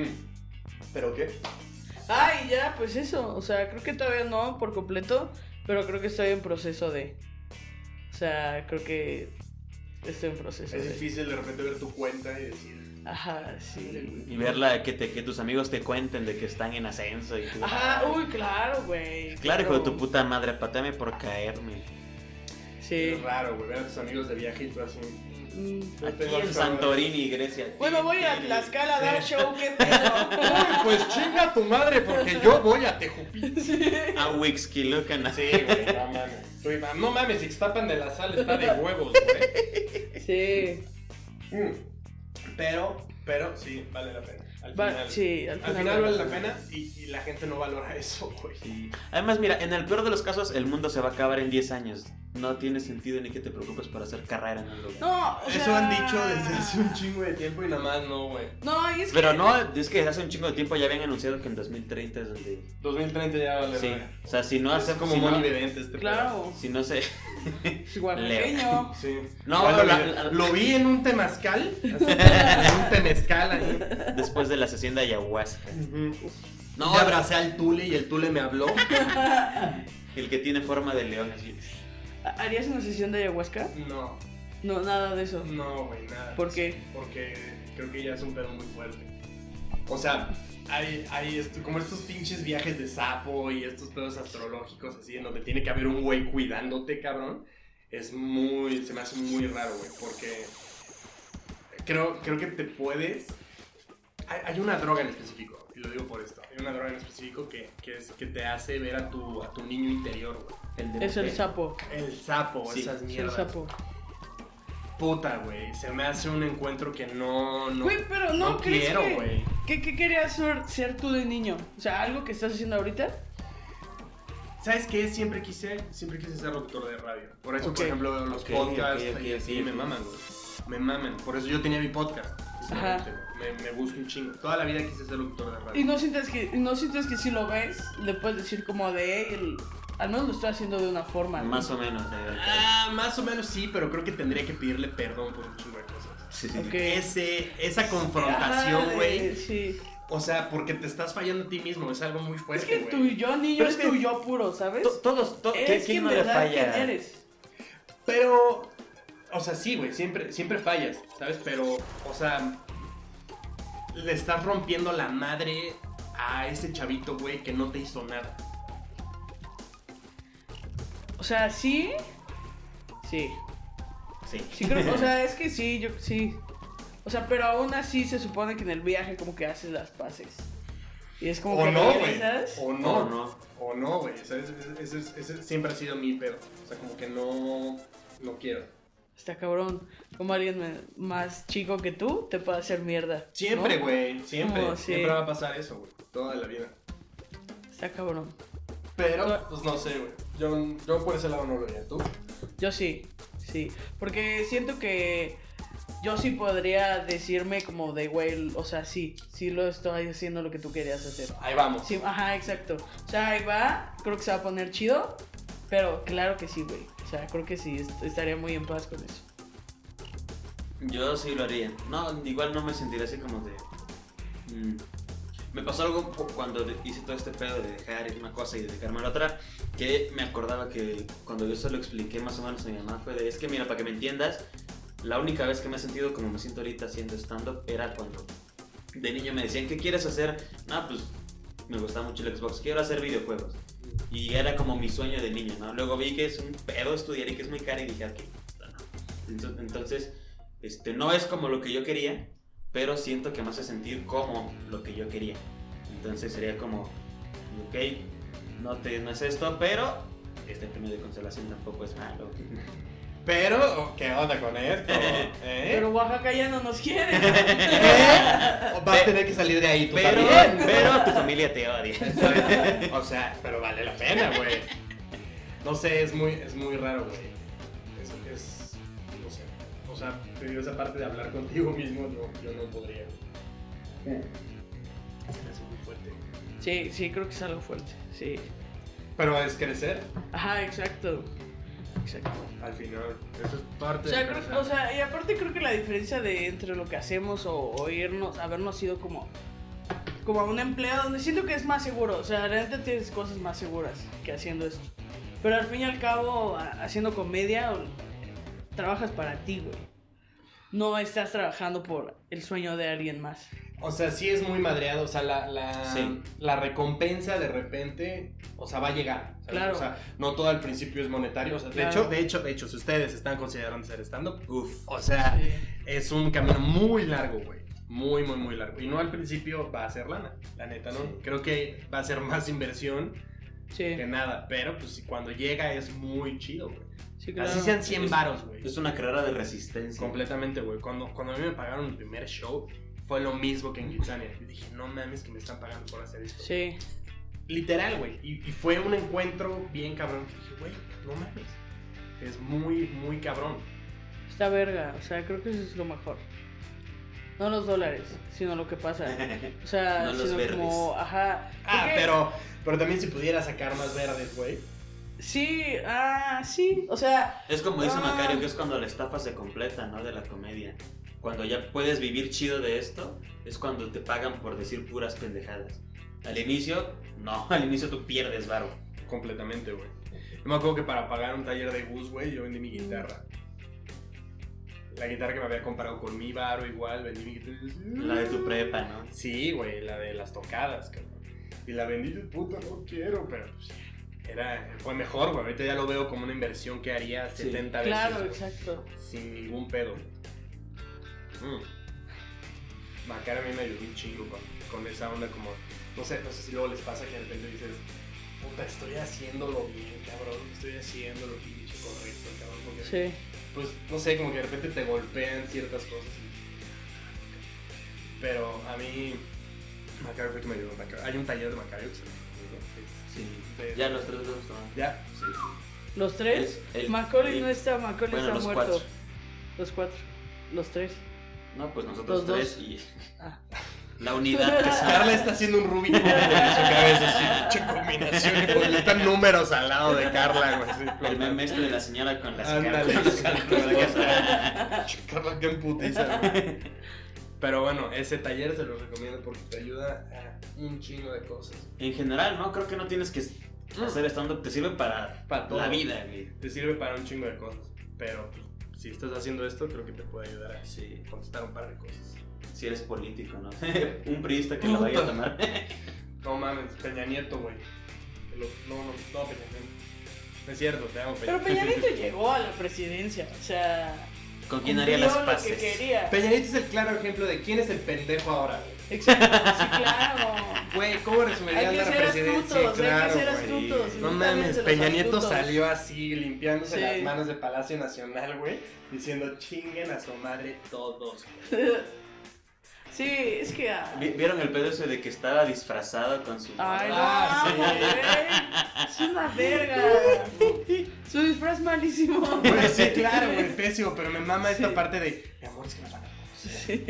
Mm. ¿Pero qué? Ah,
Ay, ya, pues eso. O sea, creo que todavía no por completo, pero creo que estoy en proceso de. O sea, creo que estoy en proceso
Es
de.
difícil de repente ver tu cuenta y decir.
Ajá, sí.
Y verla, que, te, que tus amigos te cuenten de que están en ascenso y tú.
Ajá, uy, claro, güey.
Claro, hijo de tu puta madre, pateame por caerme.
Sí.
Es raro, güey. Ver a tus amigos de viaje y tú así. mm.
Mm.
Yo
Aquí
tengo
en
que-
Santorini, Grecia.
Bueno, voy a ir a Tlaxcala a dar show, qué
[laughs]
pedo.
Uy, [laughs] pues chinga tu madre, porque yo voy a Tejupí.
A Wixquilucan.
Sí, güey, no mames. Tú, Iván, No mames, Ixtapan de la Sal está de huevos, güey.
Sí.
Mm. Pero, pero sí, vale la pena. Al
Va-
final,
sí, al
al
final.
final vale la pena y, y la gente no valora [laughs] eso, güey.
Sí. Además, mira, en el peor de los casos, el mundo se va a acabar en 10 años. No tiene sentido ni que te preocupes por hacer carrera en algo.
No, o sea...
Eso han dicho desde hace un chingo de tiempo y nada más no, güey.
No, y es
Pero
que...
no, es que hace un chingo de tiempo ya habían anunciado que en 2030 es donde.
2030 ya vale
Sí.
verga.
O sea, si no
Es
hacemos.
como
si
muy
no-
evidente este
Claro,
Si no se.
es guapeño.
pedo. Sí.
No,
Bueno,
la-
mira,
la-
lo vi en un [laughs] temazcal. así, en un temezcal ahí.
[laughs] Después de la sesión de ayahuasca.
No, abracé al Tule y el Tule me habló.
El que tiene forma de león. así.
¿Harías una sesión de ayahuasca?
No,
No, nada de eso.
no, güey, nada.
¿Por qué?
Porque creo que ya es un pedo muy fuerte. O sea, hay, hay esto- como estos pinches viajes de sapo y estos pedos astrológicos así, en donde tiene que haber un güey cuidándote, cabrón. Es muy, se me hace muy raro, güey, porque creo, creo que te puedes... Hay, hay una droga en específico, y lo digo por esto. Hay una droga en específico que, que, es, que te hace ver a tu, a tu niño interior, güey.
de-
Es el sapo.
El sapo,
Sí,
esas
Es el
mierdas.
sapo.
Puta, güey. Se me hace un encuentro que no. no
Güey, pero no,
no
¿crees
quiero,
que-
güey.
¿Qué, ¿Qué querías ser, ser tú de niño? O sea, algo que estás haciendo ahorita.
¿Sabes qué? Siempre quise, siempre quise ser locutor de radio. Por eso,
Ok.
por ejemplo, veo los
Ok,
podcasts
ok, ok,
y así
ok.
me maman, güey. Me maman. Por eso yo tenía mi podcast.
Ajá.
Me, me gusta un chingo. Toda la vida quise ser locutor de radio.
Y no sientes que, y no sientes que si lo ves, le puedes decir como de él. Al menos lo estoy haciendo de una forma. ¿no?
Más o menos. eh,
Ah, más o menos sí, pero creo que tendría que pedirle perdón por un chingo de cosas.
sí, sí.
Ok.
Ese, esa confrontación,
Ajá,
güey.
de- Sí.
O sea, porque te estás fallando a ti mismo. Es algo muy
Es
fuerte,
que
güey.
tu yo niño
Pero
es
es que-
tu yo puro, ¿sabes?
To- Todos, to- ¿quién
Eres
quién
quien
no le
verdad
falla?
quién eres.
Pero, o sea, sí, güey, siempre, siempre fallas, ¿sabes? Pero, o sea, le estás rompiendo la madre a ese chavito, güey, que no te hizo nada.
O sea, sí. Sí.
Sí.
Sí, creo, o
[laughs]
sea, es que sí, yo sí. O sea, pero aún así se supone que en el viaje como que haces las paces. Y es como
O
que
no, güey.
regresas.
O
No,
no.
no.
O no, güey. O sea, ese, ese- ese- ese siempre ha sido mi pedo. O sea, como que no, no quiero.
Está cabrón. Como alguien me- más chico que tú te puede hacer mierda. ¿no?
Siempre, güey. Siempre.
No, sí.
Siempre va a pasar eso, güey. Toda la vida.
Está cabrón.
Pero, pues no sé, güey. Yo, yo por ese lado no lo veía. ¿Tú?
Yo sí, sí. Porque siento que yo sí podría decirme como de, güey, o sea, sí, sí lo estoy haciendo lo que tú querías hacer.
Ahí vamos.
Sí, ajá, exacto. O sea, ahí va, creo que se va a poner chido, pero claro que sí, güey. O sea, creo que sí, est- estaría muy en paz con eso.
Yo sí lo haría. No, igual no me sentiré así como de. mm, Me pasó algo cu- cuando de- hice todo este pedo de dejar una cosa y dedicarme a la otra, que me acordaba que cuando yo se lo expliqué más o menos a mi mamá fue de, es que mira, para que me entiendas, la única vez que me he sentido como me siento ahorita haciendo stand-up era cuando de niño me decían, ¿qué quieres hacer? No, pues me gustaba mucho el Xbox, quiero hacer videojuegos. Y era como mi sueño de niño, ¿no? Luego vi que es un pedo estudiar y que es muy caro y dije, ok, no". Ento- Entonces, este, no es como lo que yo quería, pero siento que me hace sentir como lo que yo quería. Entonces sería como, ok, no, te, no es esto, pero este premio de consolación tampoco es malo.
Pero, ¿qué onda con esto? ¿Eh?
Pero Oaxaca ya no nos quiere. [laughs]
¿Eh? Vas a
Pe-
tener que salir de ahí tú
Pero,
también.
pero tu familia te odia.
o sea, pero vale la pena, güey.
No sé, es muy, es muy raro, güey. Es, es, no sé. O sea, te digo, esa parte de hablar contigo mismo, no, yo no podría. Se me hace muy fuerte.
Sí, sí, creo que es algo fuerte. Sí.
Pero es crecer.
Ajá, exacto. Exacto.
Al final, eso es parte
O sea,
de
creo- o sea, y aparte creo que la diferencia de entre lo que hacemos o, o irnos, habernos ido como, como a un empleo donde siento que es más seguro, o sea, realmente tienes cosas más seguras que haciendo esto. Pero al fin y al cabo, a- haciendo comedia, o- trabajas para ti, güey. No estás trabajando por el sueño de alguien más.
O sea, sí es muy madreado. O sea, la, la,
Sí.
la recompensa de repente, o sea, va a llegar. ¿sabes?
Claro.
O sea, no todo al principio es monetario. O sea,
Claro.
de hecho, de hecho, de hecho, si ustedes están considerando ser stand-up, uff. O sea, es un camino muy largo, güey. Muy, muy, muy largo. Y no al principio va a ser lana, la neta, ¿no?
Sí.
Creo que va a ser más inversión
Sí,
que nada. Pero pues si cuando llega es muy chido, güey.
sí, claro.
Así sean 100 varos, güey.
Es una carrera de resistencia.
Completamente, güey. Cuando, cuando a mí me pagaron el primer show, fue lo mismo que en Kitsania. Yo dije, no mames que me están pagando por hacer esto.
Sí,
Literal, güey. Y, y fue un encuentro bien cabrón. que dije, güey, no mames. Es muy, muy cabrón.
está verga, o sea, creo que eso es lo mejor. No los dólares, sino lo que pasa. O sea,
No los
sino
verdes.
como, ajá.
Ah,
Porque-
pero, pero también si pudiera sacar más verdes, güey.
Sí, ah, sí. O sea,
[laughs] Es como dice
Ah.
Macario, que es cuando la estafa se completa, ¿no? De la comedia. Cuando ya puedes vivir chido de esto, es cuando te pagan por decir puras pendejadas. Al inicio, no, [laughs] al inicio tú pierdes varo.
Completamente, güey. Yo me acuerdo que para pagar un taller de bus, güey, yo vendí mi guitarra. La guitarra que me había comprado con mi varo igual, vendí mi guitarra. "Mm,
La de tu prepa, ¿no?
Sí, güey, la de las tocadas, cabrón. Y la vendí de puta, no quiero, pero pues, era, fue mejor, güey. Ahorita ya lo veo como una inversión que haría
Sí.
70
claro,
veces.
exacto.
güey, sin ningún pedo. Mm. Macara a mí me ayudó un chingo con, con esa onda como, no sé, no sé si luego les pasa que de repente dices, puta, estoy haciéndolo bien, cabrón, estoy haciendo lo pinche correcto, cabrón, porque
Sí,
pues no sé, como que de repente te golpean ciertas cosas. y- Pero a mí, Macario fue que me ayudó. Macario- Hay un taller de Macario que se lo
Sí. Ya los tres los tomaron.
Ya.
Sí.
los tres.
El- el-
Macaulay
el-
no está, Macaulay
Bueno,
está
los
muerto.
cuatro.
Los cuatro. Los tres.
No, pues nosotros
Los dos.
tres y
Ah.
[laughs] la unidad que se
Carla está haciendo un
[laughs]
Rubik Cube en su cabeza, así, mucha combinación. y pues, le están números al lado de Carla, güey. así,
El meme este de la señora con las
Ándale,
cartas.
exacto. Carla, qué emputiza, güey. Pero bueno, ese taller se los recomiendo porque te ayuda a un chingo de cosas.
En general, ¿no? Creo que no tienes que hacer stand-up. Te sirve para,
Para todo.
la vida, güey.
Te sirve para un chingo de cosas. Pero pues, si estás haciendo esto, creo que te puede ayudar a
Sí.
contestar un par de cosas.
Si eres político, ¿no? [laughs] Un priista que lo vaya a
Puta.
tomar.
No mames, Peña Nieto, güey. Lo- No, no, no, Peña Nieto. No es cierto, te amo, Peña.
Pero
[laughs]
Peña Nieto llegó a la presidencia. O sea,
¿Con quién haría
cumplió
las
lo que
paces?
quería.
Peña Nieto es el claro ejemplo de quién es el pendejo ahora.
Exacto, sí, [laughs] claro.
Güey, ¿cómo resumirías
Hay que
la
ser
presidencia?
astutos, hay que ser
güey.
astutos. Neta,
No
bien
mames,
de los
Peña Nieto
astutos.
salió así limpiándose
Sí.
las manos de Palacio Nacional, güey, diciendo chinguen a su madre
[laughs]
todos.
Sí, es que. ah,
Vi- ¿Vieron el pedo ese de que estaba disfrazado con su...
Ay, no,
Ah, sí.
güey. Es una verga. Su disfraz malísimo.
Güey, Pues sí, claro, güey, pésimo, pero me mama esta parte de, mi amor, es que me van a
Sí.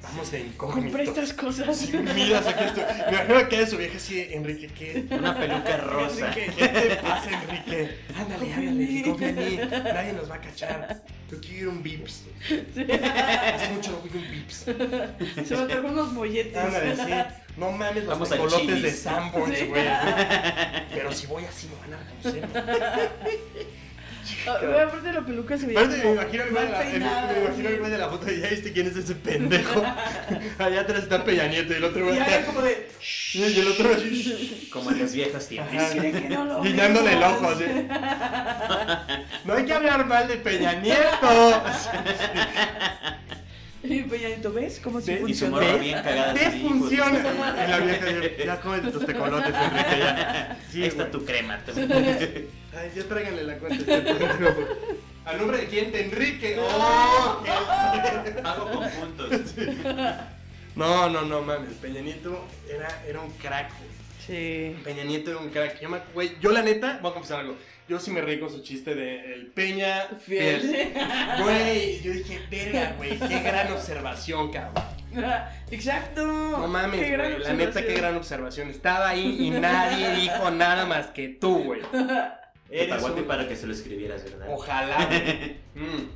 Vamos de
Compré [laughs]
incógnito.
estas cosas.
Sí, mira, saqué esto. Me imagino que de su vieja así, Enrique, ¿qué?
Una peluca rosa.
Enrique, ¿qué te pasa, Enrique? Ándale,
Confía en
ándale,
mí.
confía en mí. Nadie nos va a cachar. Yo quiero ir a un Vips.
Sí.
Hace mucho no voy a un Vips.
Se me trajo unos molletes.
Ándale, sí. No mames, los
Vamos al
colotes de
Chili's.
Sanborns,
Sí.
güey. Pero si voy así, me van a reconocer. ¿no?
Ah, güey, aparte la peluca se veía
Aparte, me
como
imagino el güey de
mal
la- el-
peinada,
me imagino el güey de la foto de ya viste quién es ese
[laughs]
pendejo. Allá atrás está Peña Nieto y el otro
Y
güey.
ahora como de...
Y el otro
[laughs]
así,
Como en los viejos
[laughs]
tiempos.
Ajá.
"Cree que no lo
guiñándole el
vemos".
ojo así. [laughs] No hay que hablar mal de Peña Nieto.
Y Peñanito, ¿ves cómo sí
Ve-
Y su
funciona?
morra bien cagada.
¿Qué
así, hijo de-
funciona? Y la vieja ya, ya come tus tecolotes, Enrique, ya.
Ahí está
güey.
tu crema. tú.
Ay, ya tráiganle la cuenta. a este pendejo, güey. ¿Al nombre de quién? De Enrique. ¡Oh! qué-
Pago con puntos.
No, no, no, mames. Peña Nieto era, era un crack, güey.
Sí.
Peña Nieto era un crack. Yo, me- güey, yo la neta, voy a confesar algo. Yo sí me reí con su chiste de el Peña fiel.
Fiel.
Güey, yo dije, verga, güey, qué gran observación, cabrón.
Exacto.
No mames,
Qué gran
güey, la neta, qué
observación.
gran observación. Estaba ahí y nadie dijo nada más que tú, güey.
Te
Eres
pagó a ti
un-
para que se lo escribieras, ¿verdad?
Ojalá, güey. Mm.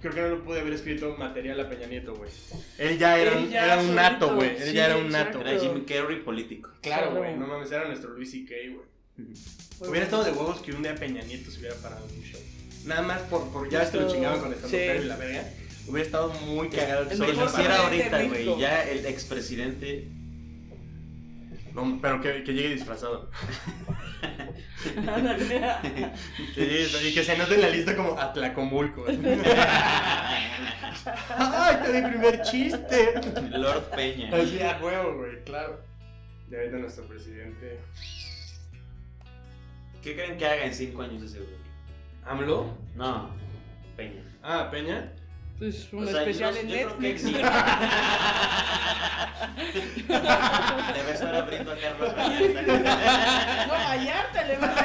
Creo que no lo pude haber escrito material a Peña Nieto, güey. Él ya era, un-
Él ya
era un nato,
solito,
güey. Él
sí,
ya era un
exacto.
nato.
Era Jim Carrey político.
Claro,
Solo.
güey. No mames, era nuestro Luis C.K., güey.
Muy
Hubiera
bueno.
estado de huevos que un día Peña Nieto se hubiera parado en un show. Nada más por, por ya ves que lo
Justo,
chingaban con esta
sí.
mujer y la verga. Hubiera estado muy cagado que
El
solo
Que
se
lo
mejor
parara.
hiciera
presidente
ahorita,
de
güey.
México.
Ya
[laughs]
el expresidente.
No, pero que, que llegue [laughs] disfrazado.
Ándale.
Que llegue disfrazado y que se anote en la lista como [laughs] Atlacomulco. ¡Ay, te di primer chiste!
Lord Peña.
Así [laughs] a huevo, güey, claro. Y ahorita nuestro presidente.
¿Qué creen que haga en 5 años ese güey?
¿AMLO?
No, Peña.
Ah, Peña.
Pues
O
un
sea,
especial
yo-
en
yo creo que
Netflix.
[laughs] sí. Le ves ahora abriendo a Carlos Vallarta.
[laughs] No, Vallarta le va [laughs]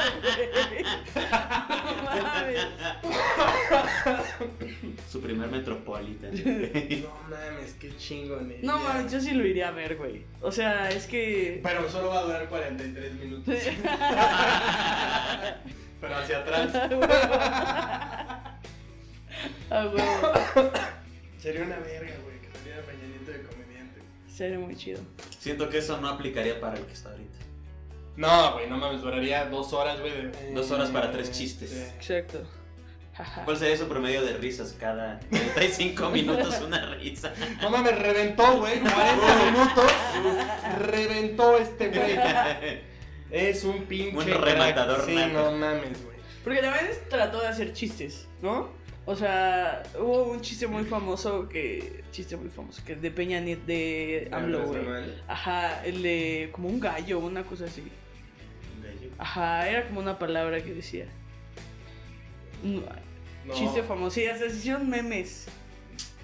a dar. No mames.
Su primer Metropolitan.
No mames, qué chingonería.
No mames, yo sí lo iría a ver, güey. O sea, es que. [laughs]
Pero solo va a durar 43 minutos. [laughs] Pero hacia atrás.
Ah, güey.
Sería una verga, güey, que saliera Peña Nieto de comediante.
Sería muy chido.
Siento que eso no aplicaría para el que está ahorita.
No, güey, no mames, duraría dos horas, güey. de-
Dos horas para tres chistes.
Sí.
Exacto. Jaja.
¿Cuál sería su promedio de risas? Cada 35 minutos una risa.
No mames, reventó, güey. 40 minutos. reventó este güey. Es un pinche.
Un
crack.
rematador
Sí,
nato.
no mames, güey.
[laughs] Porque la verdad es trató de hacer chistes, ¿no? O sea, hubo un chiste muy famoso que. Chiste muy famoso, que es de Peña Nieto,
Eh,
de
Ah,
AMLO, güey. Ajá, el de. como un gallo, una cosa así. Ajá, era como una palabra que decía. No,
No,
Chiste famoso. Sí, hasta se hicieron memes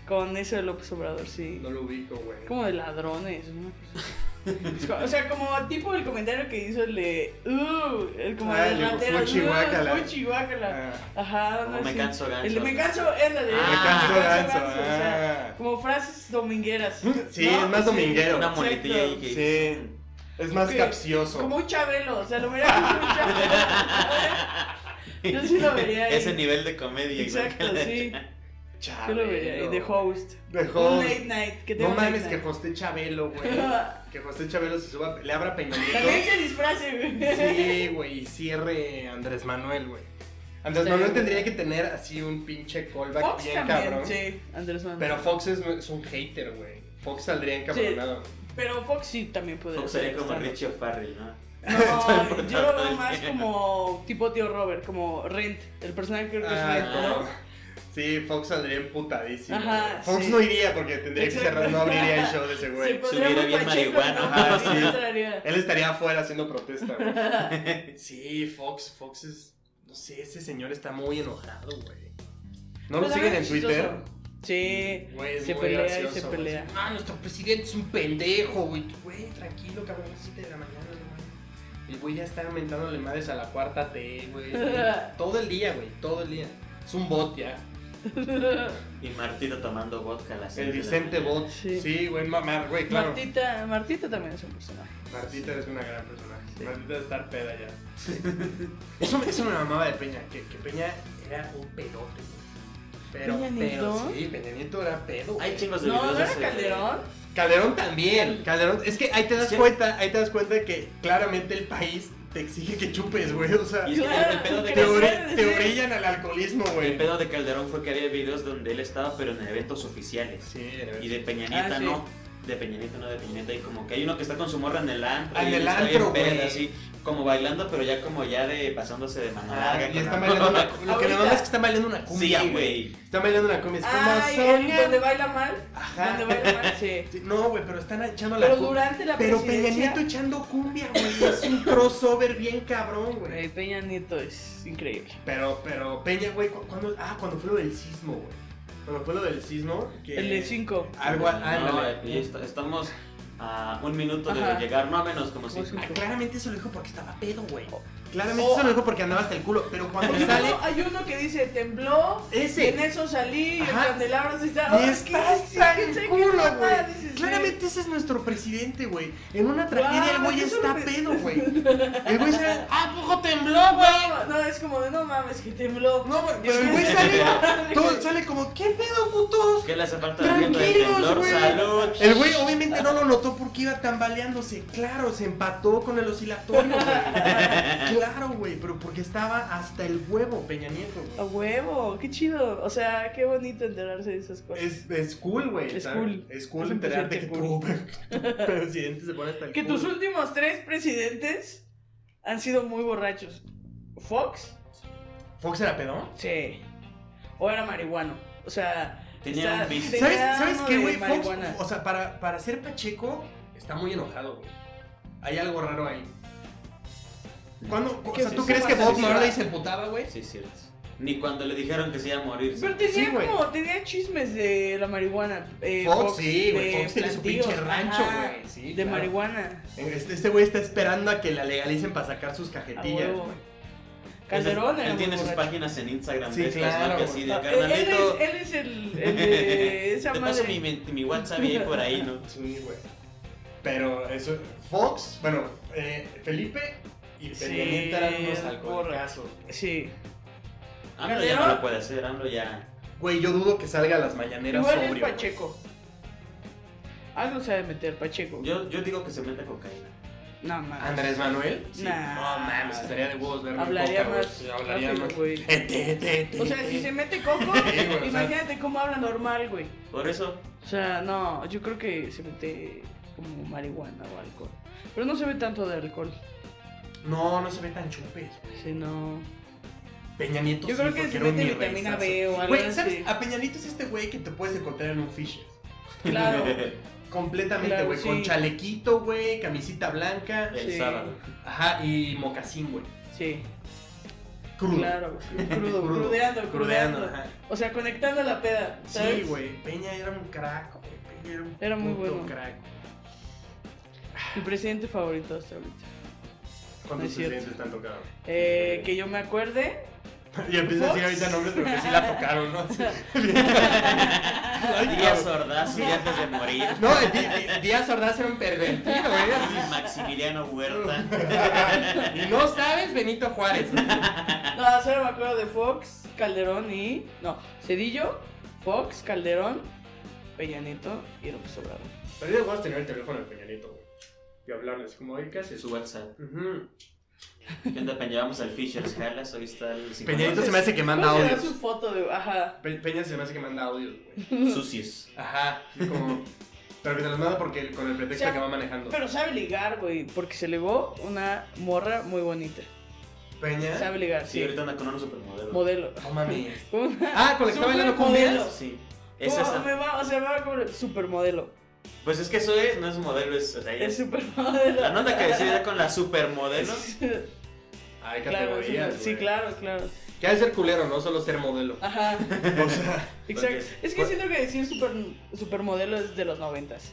con eso de López Obrador, sí.
No lo ubico, güey.
Como de ladrones, una cosa así. Es co- O sea, como tipo el comentario que hizo el de. Uh, el como
Ah,
de "Uh,
el de
ratero.
fuchi guácala".
chihuacala.
Ah,
Ajá,
[laughs] Como
no
me
sé.
canso ganso.
El de me
[laughs]
canso, ándale.
Ah,
me canso
me
ganso,
o sea,
ah.
como frases domingueras.
Sí,
¿no?
es más
Sí.
dominguero.
Una muletilla ahí que.
Sí. Es más
Ok.
capcioso.
Como un chabelo, o sea, lo vería como un
[laughs]
chabelo. Yo sí lo vería ahí.
Ese nivel de comedia. igual
Exacto,
que la-
sí. Yo
Chabelo.
lo vería ahí, de host.
De
Un
host.
late night. Que tenga
No
un late
mames, que
night.
José
[laughs]
Chabelo, güey. Que José Chabelo se suba, le abra Peña
También
Nieto.
se disfrace, güey. [laughs]
Sí, güey, y cierre Andrés Manuel, güey. Andrés
Sí.
Manuel tendría que tener así un pinche callback
Fox
bien
también,
cabrón.
sí. Andrés Manuel.
Pero Fox es, es un hater, güey. Fox saldría encabronado.
Pero Fox sí también podría
Fox sería
ser
como
stand-up.
Richie O'Farrell, ¿no?
[laughs]
No, yo lo veo
Todo
más
el día.
como tipo tío Robert, como Rent. El personaje creo que es
Ah,
Rent, ¿no?
no. Sí, Fox saldría emputadísimo.
Ajá,
güey. Fox
sí.
no iría porque tendría que
Exacto.
cerrar, no abriría el show de ese
Se
güey.
pondría
hubiera
muy
bien
pacheco,
marihuano.
[laughs]
¿no?
Ajá,
Sí,
Ah, sí.
entraría.
Él estaría afuera haciendo protesta, [laughs] güey. Sí, Fox, Fox es. No sé, ese señor está muy enojado, güey. ¿No lo
Pero
siguen
también
en
es
Twitter?
chistoso. Sí,
Güey, es
se
muy
pelea y
gracioso,
se
güey.
pelea.
Ah, nuestro presidente es un pendejo, güey. Tú, Güey, tranquilo, cabrón, a las 7 de la mañana, no mames. El güey ya está mentándole madres a la cuarta T, [laughs] güey. todo el día, güey, todo el día. Es un bot ya.
Y Martita tomando vodka a las seis de
El
la
Vicente
mañana.
Bot.
Sí.
Sí, güey, mamá, güey, claro.
Martita, Martita también es un personaje.
Martita es una gran personaje.
Sí.
Martita debe estar peda ya. Eso, eso me mamaba de Peña, que, que Peña era un pelote, güey.
Pero,
¿Peña
pero,
Nieto?
sí, Peña Nieto era pedo. güey.
Hay chingos de
No,
videos
¿no
de
era
ese- [laughs]
Calderón?
Calderón también.
Calderón, es que ahí te das
Sí.
cuenta, ahí te das cuenta que claramente el país te exige que chupes, güey. O sea,
Y el- el pedo de
te,
Claro,
ori-
sí.
te orillan al alcoholismo,
El
güey.
pedo de Calderón fue que había videos donde él estaba, pero en eventos oficiales.
Sí, de verdad.
Y de Peña Nieta
Ah, sí.
no. De Peña Nieta no, de Peña Nieta. Y como que hay uno que está con su morra en el antro.
Ah, en
y
el
está
antro,
bien peda,
güey.
así, como bailando, pero ya como ya de pasándose de mano
Ah,
larga.
y
con [laughs]
está
la-
bailando una- lo que me manda es que está bailando una
Sí,
cumbia, güey.
güey.
Está bailando una cumbia. Es como
Ay, el
soñar.
donde baila mal.
Ajá.
Donde baila mal,
[laughs]
sí.
Sí, No, güey, pero están echando la
Pero
cumbia.
durante la
Pero Peña
presidencia...
Nieto echando cumbia, güey. Es un crossover bien cabrón, güey.
Güey, Peña Nieto es increíble.
Pero, pero, Peña, güey, cu- cuando, ah, cuando fue lo del sismo, güey. Cuando fue lo del sismo, que...
El de 5.
Algo, ándale.
No, y est- estamos a un minuto
Ajá.
de llegar, no a menos, como si.
Como
Ah,
cinco.
claramente eso lo dijo porque estaba pedo, güey. Claramente
Oh.
eso lo dijo porque andaba hasta el culo. Pero [laughs] cuando
Hay
sale,
uno, hay uno que dice tembló, y en
ese...
eso salí, y el
Ajá.
candelabro se está.
Y está hasta el culo, güey.
Claramente.
Claramente ese es nuestro presidente, güey. En una tragedia el
Guau,
güey
eso
está
no me-
pedo, güey. El güey [laughs] sale, ah, poco tembló, güey.
No, es como de no mames, que tembló.
No, güey, pero el güey sale, todo, sale como, ¿qué pedo, putos?
¿Qué le hace falta al viento del
Tranquilos,
temblor?
güey.
¡Salud!
El güey obviamente no lo notó porque iba tambaleándose. Claro, se empató con el oscilatorio, güey. Claro, güey, pero porque estaba hasta el huevo, Peña Nieto. güey.
A huevo, qué chido. O sea, qué bonito enterarse de esas cosas.
Es, es cool, güey.
Es
¿sabes?
cool.
Es
Es
cool
un
enterarte que tu,
presidente
tu [laughs] presidente se pone hasta el
que
culo.
tus últimos tres presidentes han sido muy borrachos. Fox,
¿Fox era pedón?
sí. O era marihuano. O sea,
Tenía
está-
un vicio.
tenía
¿Sabes, ¿sabes
uno
qué,
de
güey? Fox,
marihuana.
o sea, para, para ser Pacheco, está muy enojado, güey. Hay algo raro ahí. ¿Cuándo, o
Que
sea,
sí,
¿tú
sí,
crees
sí,
que
sí,
Bob
sí,
Marley
sí.
se emputaba, güey?
Sí, es cierto. Ni cuando le dijeron que se iba a morir.
Pero tenía
Sí, güey.
como, tenía chismes de la marihuana. eh,
Fox, sí, güey.
de
Fox tiene su
plantíos,
pinche rancho,
ajá,
güey. Sí,
de
claro.
marihuana.
Este este güey está esperando a que la legalicen para sacar sus
A
cajetillas.
huevo.
güey.
Calderón
Él
era
tiene
muy
sus
borracho.
páginas en Instagram
Sí,
de estas, ¿no?
claro,
Que así de
güey.
Él es,
carnalito.
él es el, el
[laughs]
de esa
Te paso mi,
madre.
mi, mi WhatsApp y ahí por ahí,
[laughs]
¿no?
Sí, güey. Pero eso. Fox, bueno, eh, Felipe y
Sí,
Peña Nieto eran unos
el
alcoholicazos.
Sí.
AMLO ya no lo puede hacer, AMLO ya.
Güey, yo dudo que salga a las mañaneras
Igual es
sobrio. güey.
Pacheco. Algo se ha de meter Pacheco.
Yo, yo digo que se meta cocaína.
No mames.
Andrés Manuel.
Sí. Nah.
No mames, estaría de huevos verlo en
Hablaría
coca, güey.
más
Sí, Hablaría
rápido,
más.
güey.
Eh, [laughs] te, te, te,
O sea,
te.
si se mete coco,
güey, o sea-
imagínate cómo habla normal, güey.
Por eso,
O sea, no, yo creo que se mete como marihuana o alcohol. Pero no se ve tanto de alcohol.
No, no se ve tan chupes.
Sí, no.
Peña Nieto.
Yo
sí,
creo que
porque
se
era un
mete
mi
vitamina
reisazo.
B o algo
Güey,
así.
¿sabes? A Peña Nieto es este güey que te puedes encontrar en un Fisher. [laughs]
Claro.
Completamente,
Claro,
güey.
sí.
Con chalequito, güey. Camisita blanca.
el
Sí. [laughs]
sábado.
Ajá, y mocasín, güey.
Sí,
Crudo. [laughs]
claro. sí, Crudo, crudeando,
Crudeando,
crudeando.
ajá.
O sea, conectando la peda, ¿sabes?
Sí, güey. Peña era un crack, güey. Peña era un
Era muy
puto
bueno.
crack.
Mi presidente favorito hasta ahorita. No
¿Cuántos
es cierto.
presidentes están tocados?
Eh, que yo me acuerde.
[laughs] Y empieza a decir ahorita nombres, pero que sí la tocaron, ¿no?
[laughs]
Ay,
Díaz Ordaz y antes de morir.
[laughs] No, Di- Di- Díaz Ordaz era un pervertido, güey.
Y Maximiliano Huerta.
Y no sabes Benito Juárez. Ah.
No, solo me acuerdo de Fox, Calderón y. No, Cedillo, Fox, Calderón, Peña Nieto y López Obrador.
Pero yo voy a tener el teléfono del Peñanito, güey. Y hablarles, como, oye, ¿qué haces?
Su WhatsApp.
Ujú.
¿Qué onda, Peña? Vamos al Fishers Jalas. Hoy está el
Peñanito se me hace que manda
¿Cómo será su
audios.
foto de.? Ajá.
Pe- Peña se me hace que manda audios, güey.
Sucios.
Ajá, como... Pero que te los manda porque con el pretexto
O sea,
que va manejando.
Pero sabe ligar, güey, porque se legó una morra muy bonita.
Peña...
Sabe ligar,
Sí,
sí.
ahorita anda con un supermodelo.
Modelo.
No mames.
Una-
Ah, con la que está bailando cumbias.
Sí. Es
¿Cómo
esa.
me va? O sea, me va como supermodelo.
Pues es que eso es, no es modelo, es. O sea, ella-
Es supermodelo.
La nota que
[laughs]
decía era con la supermodelo.
Claro,
Hay
es
categorías,
super- sí,
güey.
claro, Ah. claro.
Que ha de ser culero, no solo ser modelo.
[laughs]
Ajá.
[laughs] O sea...
[laughs] Exacto.
Porque-
Es que siento que decir super, supermodelo es de los noventas.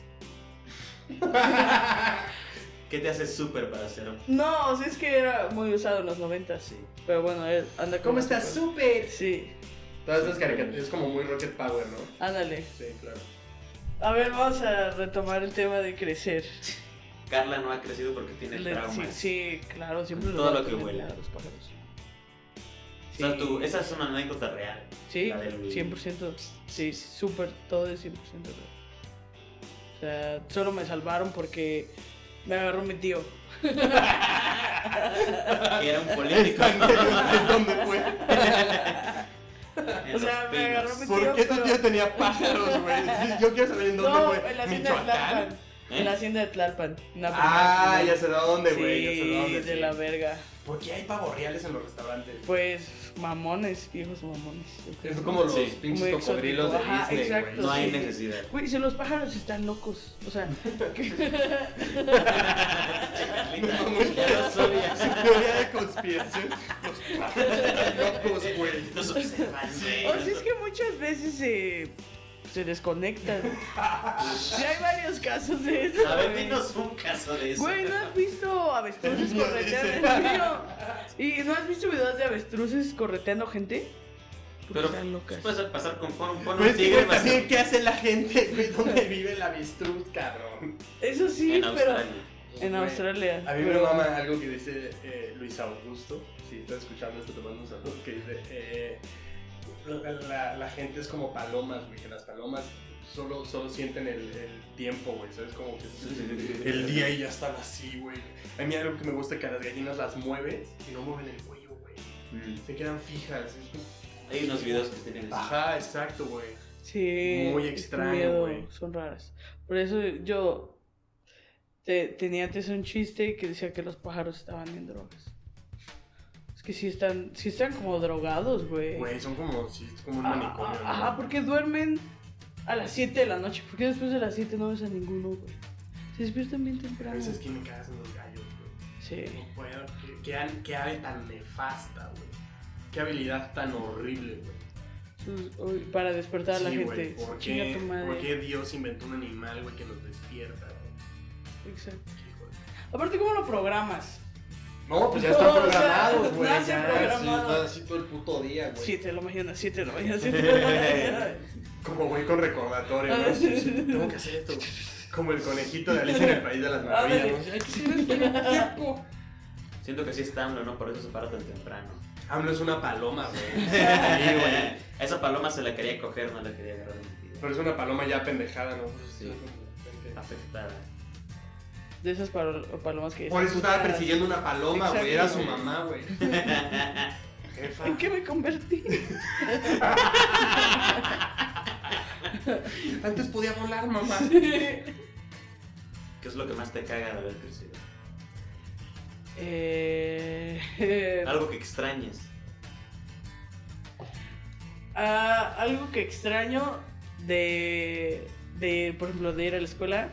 ¿Qué te hace súper para hacer?
No, o sea, es que era muy usado en los noventas, sí. Pero bueno, él anda como
¿Cómo estás?
super-
¡Súper!
Sí,
Todas las caricaturas es como muy Rocket Power, ¿no?
ándale.
Sí, claro.
A ver, vamos a retomar el tema de crecer.
Carla no ha crecido porque tiene
Le-
traumas.
sí, sí, claro, siempre
Todo
va a
lo que
tener
vuela.
a los pájaros.
O sea, tú, esa es una anécdota real.
Sí,
La del-
100%. Sí, súper, todo es 100% real. O sea, solo me salvaron porque me agarró mi tío.
Que era un político.
¿En dónde
[laughs]
fue?
En
O
los
sea, me agarró
pinos.
mi
¿Por qué tu
pero-
tío tenía pájaros,
[laughs]
güey? Sí, Yo quiero saber en dónde
No,
fue.
en la hacienda de
¿Michoacán?
Tlalpan.
¿Eh?
En la hacienda de Tlalpan. pues, en la
Ah,
primera
ya
hacienda.
sé de dónde, güey. ya sé
Sí,
de dónde.
de
sí.
la verga.
¿Por qué hay pavorreales en los restaurantes?
Pues mamones, viejos mamones. yo creo.
Es como los
Sí.
pinches
Muy
cocodrilos de
exótico. Ajá,
Disney, güey.
exacto.
No hay
Sí.
necesidad.
Güey, si los pájaros están locos. O
[laughs]
sea,
Ya lo
Su
sabía.
[laughs] teoría de conspiración. Los pájaros están locos, güey.
Nos observan, güey.
o sea, es que muchas veces eh, se desconectan. Sí, hay varios casos de eso.
A ver,
güey.
dinos un caso de eso.
Güey, ¿no has visto avestruces
Niño
correteando?
dice.
¿En serio? ¿Y no has visto videos de avestruces correteando gente? Porque
Pero pues,
están locas.
puedes pasar con pon, un- pon
Güey,
un
es que, güey,
tigre más
también, ¿qué hace la gente, güey? ¿Dónde vive el avestruz, cabrón?
Eso sí,
en
pero
Australia.
en
Güey,
Australia.
A mí me
pero-
mama algo que dice eh, Luis Augusto. Si estás escuchando esto, te mando un saludo. Que dice: eh, la, la- la gente es como palomas, güey. Que las palomas solo, solo sienten el, el tiempo, güey. ¿Sabes? Como que el día y ya están así, güey. A mí algo que me gusta es que a las gallinas las mueves y no mueven el cuello, güey.
Mm.
Se quedan fijas. es como-
Hay unos videos que tienen eso.
Ajá, exacto, güey.
Sí.
Muy
es
extraño,
miedo,
güey.
Son raras. Por eso yo te- tenía antes un chiste que decía que los pájaros estaban en drogas. Es que sí están, sí están como drogados, güey.
Güey, son como, sí, es como un
Ah,
manicomio. ¿no?
Ajá, porque duermen a las 7 de la noche. Porque después de las 7 no ves a ninguno, güey. Se despiertan bien
A
temprano.
veces Pues que me cagas en los gallos, güey.
Sí.
No puedo, qué, qué an- qué ave tan nefasta, güey. Qué habilidad tan horrible, güey.
Sus- uy, Para despertar a la
Sí,
gente.
güey, ¿por
Chinga
qué,
tu madre.
por qué Dios inventó un animal, güey, que nos despierta, güey?
Exacto. Aparte, ¿cómo lo programas?
No, pues
ya están No,
[laughs]
o sea, programados, güey, nacen ya, sí, programados. están
así todo el puto día,
7 de la mañana, 7 de la mañana, 7
[laughs]
de la mañana.
Como güey con recordatorio,
Ah,
¿no? Sí, sí, [laughs] Tengo que hacer esto. Como el conejito de Alicia en el País
[laughs]
de
Ah,
las Maravillas,
Ándale.
¿no? Sí, Hay que ser este tiempo.
Siento que sí está AMLO, ¿no? Por eso se para tan temprano.
AMLO Ah, es una paloma,
[laughs]
güey.
Sí, güey. A esa paloma se la quería coger, no la quería agarrar en el
Pero es una paloma ya pendejada, ¿no?
Sí. Afectada.
De esas paro- palomas que
Por eso estaba
Putas.
persiguiendo una paloma, güey. Era su
Exacto.
mamá,
[laughs]
güey. Jefa.
¿En qué me
[laughs]
convertí?
Antes podía volar, mamá.
¿Qué es lo que más te caga de haber crecido?
Eh, eh,
Algo que extrañes.
ah, algo que extraño de, de, por ejemplo, de ir a la escuela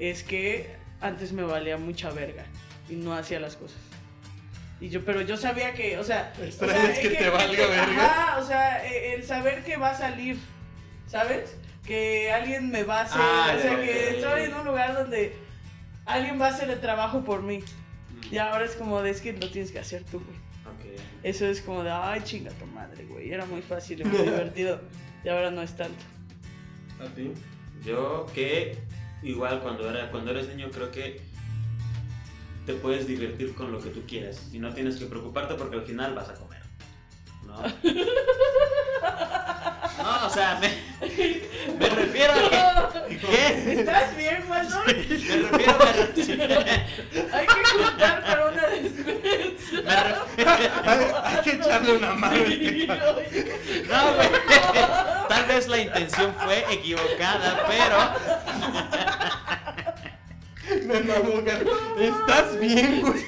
es que antes me valía mucha verga y no hacía las cosas. Y yo, pero yo sabía que, o sea, o
Extrañas
sea,
que te valga verga.
ajá, o sea, eh, el saber que va a salir, ¿sabes? Que alguien me va a hacer,
Ah,
o
ya,
sea,
ya,
que
ya, ya,
estoy
ya.
en un lugar donde alguien va a hacer el trabajo por mí. Y ahora es como de es que lo tienes que hacer tú, güey.
Ok.
Eso es como de, ay, chinga tu madre, güey. Era muy fácil y
[laughs]
muy divertido. Y ahora no es tanto.
¿A ti?
Yo que igual cuando era cuando eres niño creo que te puedes divertir con lo que tú quieras y no tienes que preocuparte porque al final vas a comer. ¿No? No, o sea, me, me refiero a que
[laughs]
¿Qué?
¿Estás bien, Guasón?
Me refiero a
Hay que contar para una despensa.
me re-
[laughs] Hay que echarle una mano. este
Sí, oye.
No, güey. [laughs] Tal vez la intención fue equivocada,
[laughs]
pero
Me mamó, cara. ¿Estás bien, güey?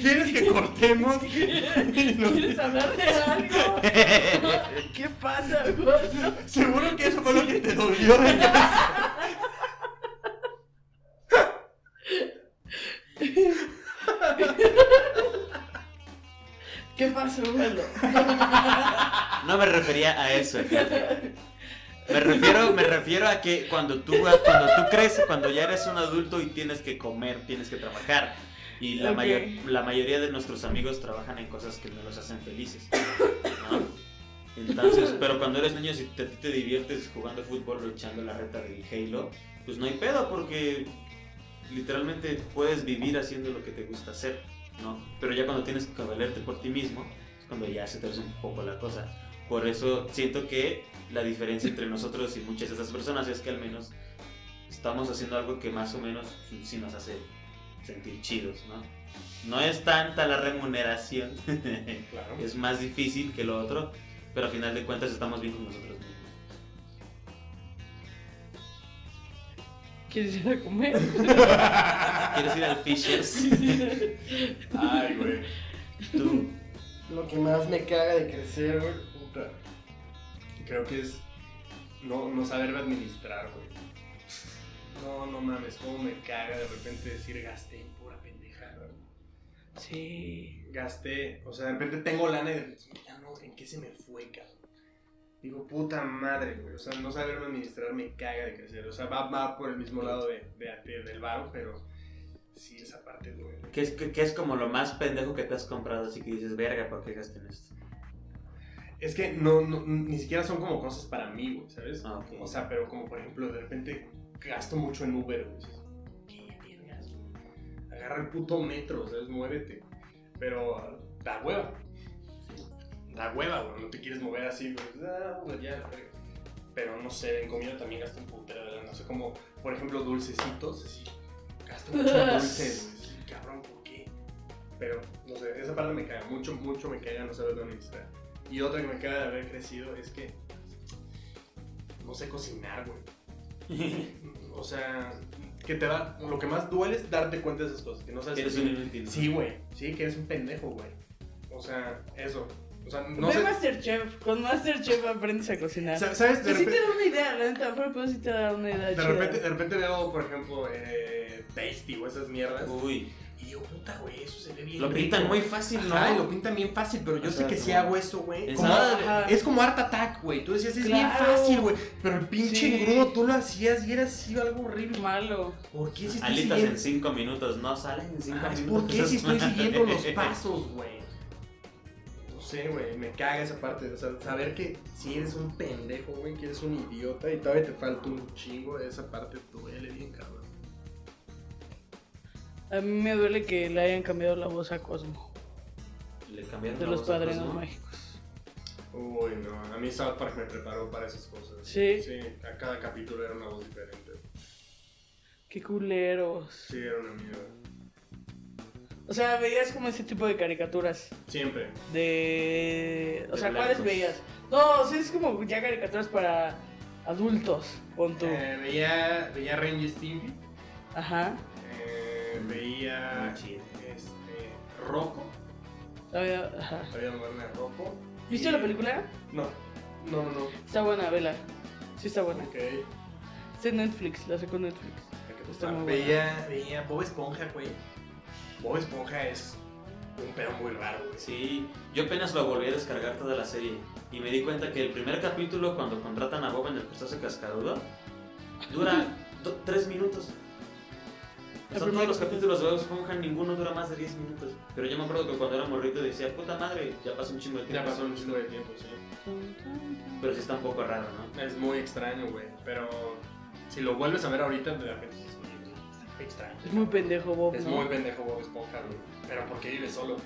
¿Quieres que [laughs] cortemos?
¿Quieres hablar de
[laughs]
algo? ¿Qué pasa, Guasón?
Seguro que eso fue lo que te dolió. de casa.
¿Qué pasó,
[laughs]
Guasón?
no me refería a eso. Me refiero, me refiero a que cuando tú, cuando tú creces, cuando ya eres un adulto y tienes que comer, tienes que trabajar. Y la,
Ok.
mayor- la mayoría de nuestros amigos trabajan en cosas que no los hacen felices. ¿no? Entonces, pero cuando eres niño, si te, a ti te diviertes jugando fútbol o echando la reta del Halo, pues no hay pedo porque literalmente puedes vivir haciendo lo que te gusta hacer, ¿no? Pero ya cuando tienes que valerte por ti mismo, es es cuando ya se torce un poco la cosa. Por eso siento que la diferencia entre nosotros y muchas de estas personas es que al menos estamos haciendo algo que más o menos sí nos hace sentir chidos, ¿no? No es tanta la remuneración, [laughs]
Claro.
es más difícil que lo otro, pero al final de cuentas estamos bien con nosotros mismos.
¿Quieres ir a
[laughs]
comer?
¿Quieres ir al Fishers?
Ay, güey.
Tú.
Lo que más me caga de crecer, güey, puta.
Creo que es no, no saberme administrar, güey. No, no mames, cómo me caga de repente decir gasté en pura pendejada. güey.
Sí.
Gasté, o sea, de repente tengo lana y de repente, ya no, ¿en qué se me fue, cabrón? Digo, puta madre, güey. O sea, no saberme administrar me caga de crecer. O sea, va, va por el mismo lado de, de- de- del vago, pero sí, esa parte duele.
¿Qué es, qué es como lo más pendejo que te has comprado? Así que dices, verga, ¿por qué gasté en esto?
Es que no, no- ni siquiera son como cosas para mí, güey, ¿sabes?
Ah, ok.
O sea, pero como por ejemplo, de repente gasto mucho en Uber, güey. dices, ¿Qué vergas, güey? Agarra el puto metro, ¿sabes? Muévete. Pero da hueva. Da hueva, güey. No te quieres mover así, güey. Ah, Uber, ya, la verga. Pero no sé, en comida también gasto un putero de lana. No sé, como, por ejemplo, dulcecitos, así. Gasto
[laughs]
mucho en dulces, güey. Sí, Cabrón, ¿por qué? Pero, no sé, esa parte me caga. Mucho, mucho me caga no saber administrar. Y otra que me caga de haber crecido es que no sé cocinar, güey.
[laughs]
O sea, que te da. Lo que más duele es darte cuenta de esas cosas. Que no sabes.
Eres un inútil.
Sí, güey. Sí, que eres un pendejo, güey. O sea, eso. O sea, no
No Ve
sé.
Masterchef. Con Masterchef aprendes a cocinar.
Sa- ¿Sabes? De
Y sí te
repente,
da una idea, la neta. Fuera de pedo sí te da una idea.
de
chida.
repente, eh, de repente veo, por ejemplo, eh, Tasty o esas mierdas.
Uy,
Y digo, puta, güey, eso se ve bien.
lo
rico.
pintan muy fácil, ¿no?
Ajá, y lo pintan bien fácil, pero yo
O
sé
sea,
que
como-
si hago eso, güey. como-
Ensalada de-
Ajá.
Es como Art Attack, güey. Tú decías, es
Claro.
bien fácil, güey. Pero el pinche
Sí.
engrudo tú lo hacías y era así algo horrible.
malo.
¿Por qué si estoy
Alitas en
siguiendo?
5 minutos, no salen en 5
Ah, es
minutos.
¿Por qué si estoy
Esas [laughs]
siguiendo [laughs] los
madres.
pasos, güey? No sé, güey. Me caga esa parte. O sea, saber que si eres un pendejo, güey, que eres un idiota y todavía te falta un chingo, esa parte duele bien, cabrón.
A mí me duele que le hayan cambiado la voz a Cosmo.
Le cambiaron
De
la
los
voz a
padrinos
Cosmo.
mágicos.
Uy, no. A mí South Park me preparó para esas cosas.
Sí.
Sí, a cada capítulo era una voz diferente.
Qué culeros.
Sí, era una mierda.
O sea, veías como ese tipo de caricaturas.
Siempre.
De. O
De
sea, ¿cuáles
blancos.
veías? No, o sea, es como ya caricaturas para adultos. Con tu.
Eh, veía, veía Ranger Stimpy.
Ajá.
Eh, veía
Muy chido.
este, Rocco.
Todavía- ajá.
Había una Rocco.
¿Viste
Y-
la película?
No, no, no. no.
Está buena, vela. Sí, está buena.
Ok. Hay
Está en Netflix, la sacó Netflix.
que
Está
pensar.
muy
veía, veía Bob Esponja, güey. Bob Esponja es un pedo muy raro, güey.
Sí, yo apenas lo volví a descargar toda la serie y me di cuenta que el primer capítulo cuando contratan a Bob en el crustáceo cascarudo
[laughs]
dura 3 tres minutos.
El
O sea,
primer-
todos los capítulos de Bob Esponja ninguno dura más de 10 minutos. Pero yo me acuerdo que cuando era morrito decía, puta madre, ya pasó un chingo de tiempo.
chingo de tiempo, sí.
Pero sí está un poco raro, ¿no?
Es muy extraño, güey. Pero si lo vuelves a ver ahorita, de repente dices, "Oye, güey, está extraño.
Es muy pendejo, Bob.
Es
¿no?
muy pendejo Bob Esponja, güey. Pero ¿por qué vive solo?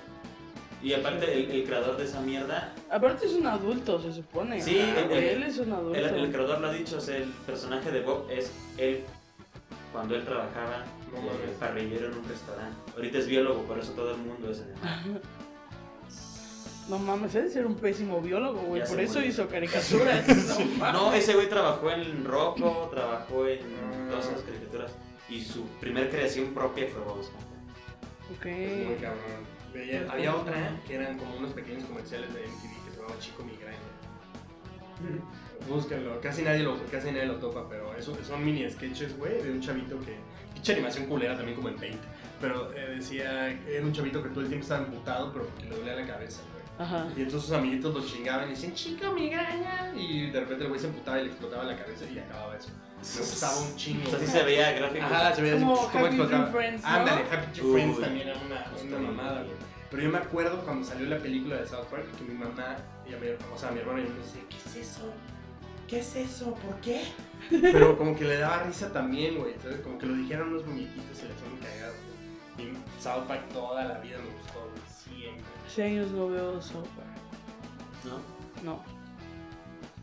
Y aparte el, el creador de esa mierda,
Aparte es un adulto, se supone.
Sí,
Ah,
el-
güey,
el-
él es un adulto.
el, el creador lo ha dicho, o sea, el personaje de Bob es él cuando él trabajaba
No
de
mames.
parrillero en un restaurante. Ahorita es biólogo, por eso todo el mundo es animal.
No mames, debe ser un pésimo biólogo, güey.
Ya
Por
se
eso
murió.
hizo caricaturas. No
[laughs]
mames.
No, ese güey trabajó en Rocco, trabajó en
Ah.
todas esas caricaturas. Y su primer creación propia fue Bob Esponja.
Es muy
Ok.
cabrón. Veía- había otra que eran como unos pequeños comerciales de MTV que se llamaba Chico Migraña. Búsquenlo, casi nadie lo, casi nadie lo topa, pero eso, son mini sketches, güey, de un chavito que. Pinche animación culera también como en Paint. Pero eh, decía, era un chavito que todo el tiempo estaba amputado, pero que le dolía la cabeza, güey.
Ajá.
Y entonces sus amiguitos lo chingaban y decían, Chico Migraña. Y de repente el güey se amputaba y le explotaba la cabeza y acababa eso. Me gustaba un chingo.
O sea, sí
güey.
se veía gráfico.
Ajá, se veía así,
Como
pues, cómo
Happy Tree
explotaba.
Friends, ¿no?
Ándale, Happy Tree
Uy.
Friends también era una,
Está
una mamada, güey. Pero yo me acuerdo cuando salió la película de South Park que mi mamá, y a mi, o sea, a mi hermano y yo me decía, ¿qué es eso? ¿Qué es eso? ¿Por
[laughs]
qué? Pero como que le daba risa también, güey, ¿sabes? Como que lo dijeron unos muñequitos y le hacían cagado, güey. Y South Park toda la vida me gustó, güey, siempre.
Hace años no veo South Park.
¿No?
No.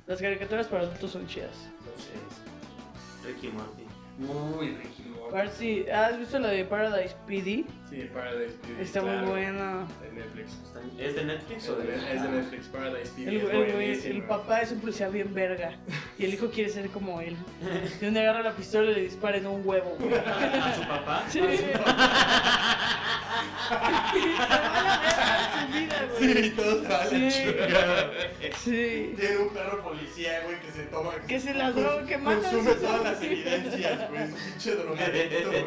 Las caricaturas para adultos son chidas.
Entonces,
Ricky Morty.
muy Ricky Morty.
Parsi, ¿has visto la de Paradise PD?
Sí, Paradise TV.
Está
claro,
muy buena.
De Netflix. Está
¿Es de Netflix
Es
o de
de, es de Netflix, Paradise TV.
El,
es
el- el-
buenísima.
el papá es un policía bien verga. Y el hijo quiere ser como él. Y un día agarra la pistola y le dispara en un huevo, güey.
¿A su papá?
Sí. Y se va a la verga su vida, güey.
Sí, todos se van a la
Sí. [laughs]
chingada.
Sí.
Tiene un perro policía, güey, que se toma.
Que se la droga, que mata a
Consume
sus
todas las
amigos.
evidencias, güey. Es un pinche
[laughs]
drogadicto, güey.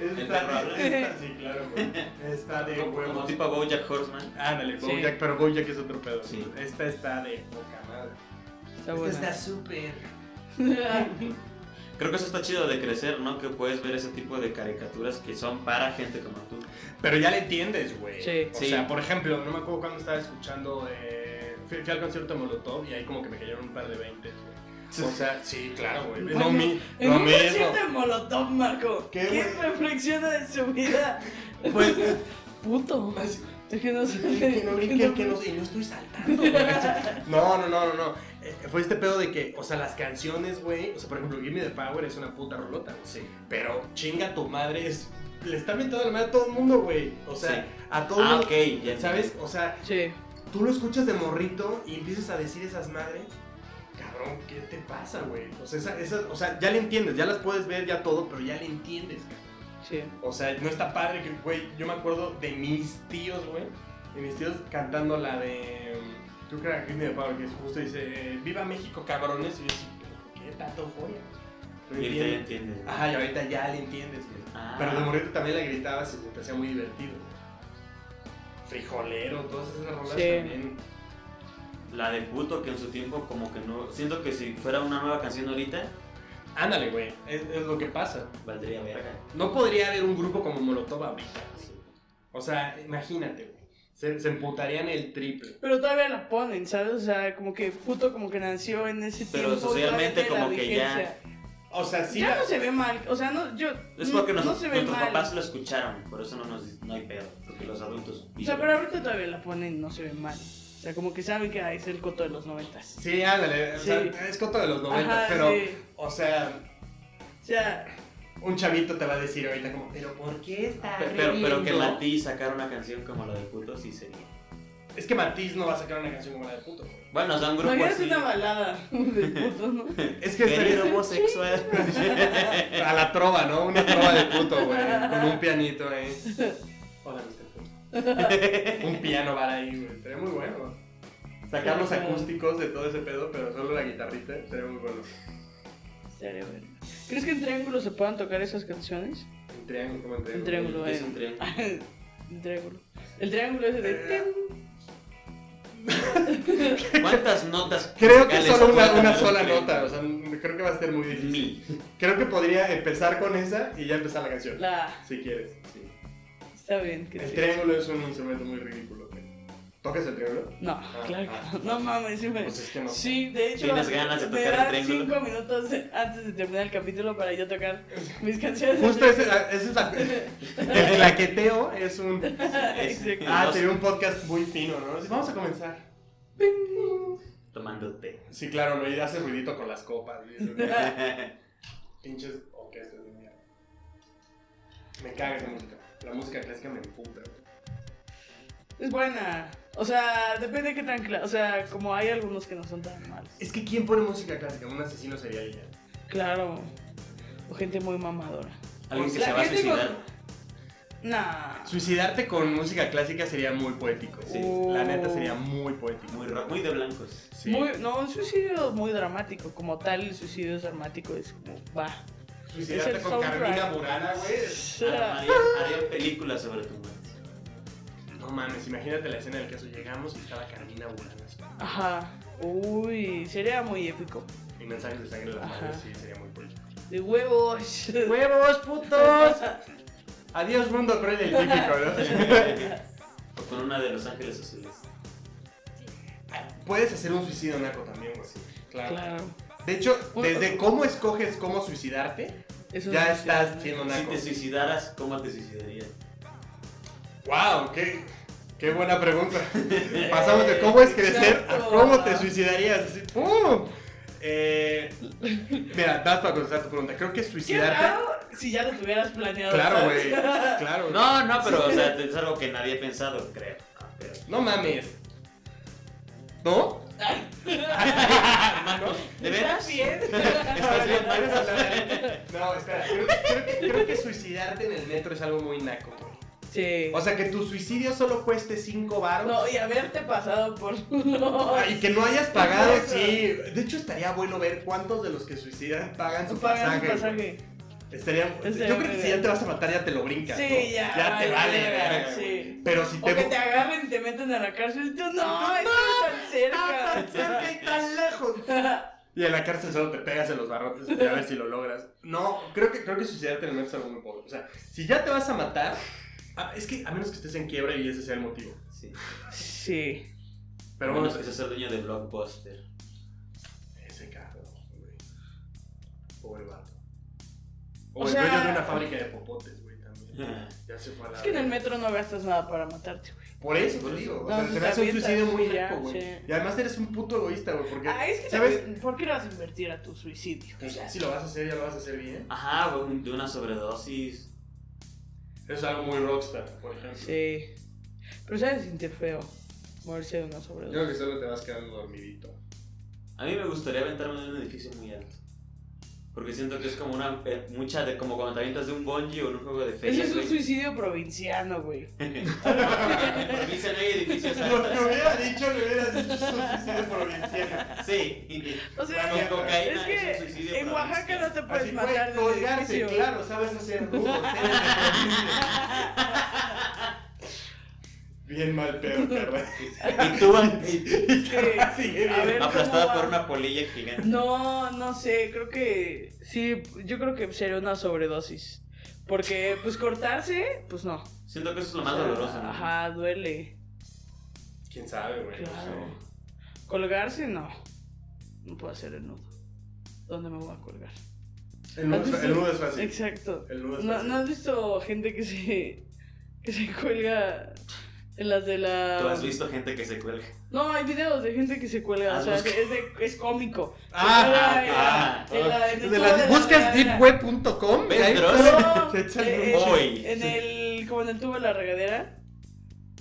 El
Está
perro.
de. Sí, claro, güey. Está de
Como- [laughs] Como
huevos.
tipo Bojack Horseman.
Ándale,
Sí.
Bojack, pero Bojack es otro pedo.
Sí.
Esta está de poca madre.
Este
Está buena.
súper.
Creo que eso está chido de crecer, ¿no? Que puedes ver ese tipo de caricaturas que son para gente como tú.
Pero ya le entiendes, güey.
Sí.
O
Sí.
sea, por ejemplo,
ejemplo, no me acuerdo cuando estaba escuchando. eh, fui, fui al concierto de Molotov y ahí como que me cayeron un par de 20. O sea, sí, claro, güey.
Bueno,
No, mi,
[laughs] En
lo
un
mismo.
concierto de Molotov, Marco.
¿Qué,
¿Quién
güey?
reflexiona de su vida? Pues, puto. Es que no sé.
que no brinquen, que no, y no estoy saltando. güey.
No, no, no, no, no. Eh, fue este pedo de que, o sea, las canciones, güey. O sea, por ejemplo, Give Me the Power es una puta rolota, güey.
Sí.
Pero chinga tu madre es. Le está metiendo la madre a todo el mundo, güey. O sea,
Sí.
a todo el
Ah,
mundo.
ok. Ya
¿Sabes? O sea,
Sí.
tú lo escuchas de morrito y empiezas a decir esas madres. Cabrón, ¿qué te pasa, güey? O sea, esa- esa- o sea, ya le entiendes, ya las puedes ver, ya todo, pero ya le entiendes, cabrón.
Sí.
O sea, no está padre que, güey, yo me acuerdo de mis tíos, güey. De mis tíos cantando la de. mm, Yo creo que era Green de Pablo, que es justo dice, eh, Viva México, cabrones. Y yo así, "¿Pero ¿por qué tanta euforia?
Y
No
ahorita ya
entiendo.
entiendes. ¿no?
Ajá, y ahorita ya le entiendes, güey.
Ah.
Pero de morrito también la gritabas y se te hacía muy divertido. Frijolero, todas esas rolas
Sí.
también.
La de puto que en su tiempo como que no... Siento que si fuera una nueva canción ahorita,
Ándale, güey. Es, es lo que pasa.
valdría verga.
No podría haber un grupo como Molotov ahorita. O sea, imagínate, güey. Se, se emputarían el triple.
Pero todavía la ponen, ¿sabes? O sea, como que puto como que nació en ese
Pero
tiempo.
socialmente
todavía
como
tiene
que
la
ya-
vigencia.
O sea, sí.
ya
la-
no se ve mal. O sea, no, yo.
Es porque
no,
nos-
se ve
nuestros
mal.
papás lo escucharon, por eso no, nos, no hay pedo. Porque los adultos...
O sea, pero ahorita todavía la ponen, no se ve mal. O sea, como que saben que ah, es el coto de los noventas.
Sí, ándale. O
Sí.
sea, es coto de los 90,
Ajá,
pero,
sí.
o sea,
O sea,
un chavito te va a decir ahorita como, pero ¿por qué está
Pe- Pero, pero que
riendo?"
Mati sacara una canción como la de puto sí sería.
Es que Matiz no va a sacar una canción como la de puto. güey.
Bueno, o sea, un grupo
imagínate
así.
una balada de puto, ¿no?
Es que
Querido
estaría [laughs]
homosexual.
a la trova, ¿no? Una trova de puto, güey, con un pianito ahí. Hola, Mr. Puto. [laughs] un piano bar ahí, güey. Sería muy bueno. Sacar los acústicos de todo ese pedo, pero solo la guitarrita, sería muy bueno.
Estaría bueno. ¿Crees que en Triángulo se puedan tocar esas canciones?
Un triángulo, como un
En
triángulo.
Triángulo,
Es
eh.
un triángulo.
[laughs]
Eh.
En Triángulo. El triángulo ese de. tin.
¿Cuántas notas?
Creo que
musicales
solo una,
puede
una
tener un
sola
triángulo?
nota, o sea, creo que va a ser muy difícil.
Mi.
Creo que podría empezar con esa y ya empezar la canción.
La.
Si quieres.
Está bien, que
El
sí.
triángulo es un instrumento muy ridículo. güey. ¿Tocas el triángulo?
No,
Ah,
claro que no. No mames, sí me.
Pues es que no.
Sí, de hecho.
¿Tienes ganas de
me
tocar el
dan
triángulo?
cinco minutos de- antes de terminar el capítulo para yo tocar mis canciones.
Justo ese, ah, ese es la- El claqueteo es un.
Exacto.
Ah,
Los-
sería un podcast muy fino, ¿no? Sí, vamos a comenzar.
Tomando [laughs] té.
Sí, claro, no, y hace ruidito con las copas. y eso,
[laughs]
güey. Pinches orquestas de mierda. Me caga esa música. La música clásica me emputa, güey.
Es buena. O sea, depende de qué tan cla- O sea, como hay algunos que no son tan malos.
Es que ¿quién pone música clásica? Un asesino serial y ya.
Claro. O gente muy mamadora.
Alguien que
La
se va a
gente
suicidar.
con- Nah.
Suicidarte con música clásica sería muy poético.
Sí,
La neta sería muy poético.
Muy, ra- muy de blancos.
Sí.
Muy, no, un suicidio muy dramático. Como tal, el suicidio es dramático. Es como, va.
Suicidarte
Es el
con
soundtrack.
Carmina Burana, güey.
Será-
Haría, haría películas sobre
[laughs]
tu muerte.
No mames, imagínate la escena del caso. Llegamos y estaba Carmina Burana. así,
Ajá. Uy, sería muy épico.
Y mensajes de sangre en las
Ajá.
manos. Sí, sería muy poético.
De huevos.
¡Huevos, putos! Adiós, mundo cruel el típico,
O con una de Los Ángeles Azules.
¿no? Puedes hacer un suicidio naco también, güey.
[laughs] Claro.
De hecho, desde cómo escoges cómo suicidarte,
Eso
ya
es-
estás siendo
Si
naco.
te suicidaras, ¿cómo te suicidarías?
¡Wow! ¡Qué, qué buena pregunta! Pasamos de cómo es crecer a cómo te suicidarías. Así, ¡pum! Eh, mira, das para contestar tu pregunta. Creo que
Qué
suicidarte.
raro si ya lo tuvieras planeado.
Claro,
¿sabes? [laughs]
güey. Claro.
No, no, pero o sea, [laughs] es algo que nadie ha pensado, creo. No, pero-
No mames. ¿No?
Marcos, ¿De
¿Estás
veras?
[laughs]
bien?
¿Estás bien, Marcos?
No, espera. Creo, creo que, creo que suicidarte en el metro es algo muy naco, güey.
Sí.
O sea, que tu suicidio solo cueste 5 baros.
No, y haberte pasado por [laughs] no,
Ah, Y que no hayas pagado,
Eso.
sí. De hecho, estaría bueno ver cuántos de los que suicidan pagan su
pagar
pasaje.
un pasaje.
Estaría,
Estaría
yo creo que
muy
si ya
bien.
te vas a matar, ya te lo brincas.
Sí,
¿no?
ya,
Ya te
ya,
vale.
ya,
verga,
sí.
güey. Pero si
O
te.
que te agarren y te meten a la cárcel y tú, no, estás tan
¡Ah,
cerca.
tan cerca y tan lejos.
[laughs]
Y en la cárcel solo te pegas en los barrotes y a ver si lo logras. No, creo que, creo que suicidarte en el metro es algo muy pobre. O sea, si ya te vas a matar, a- es que a menos que estés en quiebra y ese sea el motivo.
Sí.
sí.
Pero
bueno,
bueno,
es que seas el dueño de Blockbuster.
ese cabrón, güey. Pobre vato. O,
O
el
sea-
dueño de una fábrica de popotes, güey, también.
Ah.
Ya se fue a la.
Es que en el metro no gastas nada para matarte, güey.
Por eso,
Por
te
eso.
digo. O
No,
sea,
pues
se me
te
hace un
avientas
suicidio
y
muy
ya,
naco, güey.
sí.
Y además eres un puto egoísta, güey, porque.
Ah, es que
¿Sabes?
también, ¿Por qué le vas a invertir a tu suicidio?
Pues ya, si lo vas a hacer, ya lo vas a hacer bien.
Ajá, un- de una sobredosis.
Eso es algo muy rockstar, por ejemplo.
Sí. Pero sabes sentir feo morirse de una
Yo creo
sobredosis.
que solo te vas quedando dormidito. [laughs]
A mí me gustaría aventarme de un edificio muy alto. Porque siento que es como una. eh, mucha de. como cuando te avientas de un bungee o en un juego de
Ese
ferias.
es un
güey.
suicidio provinciano, güey.
Por mí se no hay edificios altos.
hubiera dicho, le hubieras dicho suicidio provincial.
Sí.
O sea,
Con
que-
cocaína es un
es
suicidio
que en Oaxaca
provinciano.
no te puedes
Así
matar
fue,
de un
colgarse,
edificio.
claro, sabes hacer
[laughs]
rudo, Bien mal
[laughs]
pedo, ¿verdad?
Y tú y- [laughs]
Sí. A ver, ¿cómo
aplastado por
va?
una polilla gigante.
No, no sé, creo que sí, yo creo que sería una sobredosis. Porque, pues cortarse, pues no.
Siento que eso es lo más
O sea,
doloroso. ¿no?
Ajá, duele.
¿Quién sabe, güey?
Claro. Colgarse, no. No puedo hacer el nudo. ¿Dónde me voy a colgar?
El nudo, es, fa- el nudo es fácil.
Exacto.
El nudo es
¿No,
fácil.
¿no has visto gente que se, que se cuelga en las de la.
Tú has visto gente que se cuelga.
No, hay videos de gente que se cuelga,
Ah,
o sea,
busca-
es, de- es cómico. Se
Ah,
cuelga en
ah,
la- en la- en el
De
tubo
las-
de la
buscas
regadera.
deepweb.com
¿Ves,
ahí
Dross?
sale-
[laughs]
[laughs]
No,
se echa el
eh,
nudo.
Voy.
En el, como en el tubo de la regadera.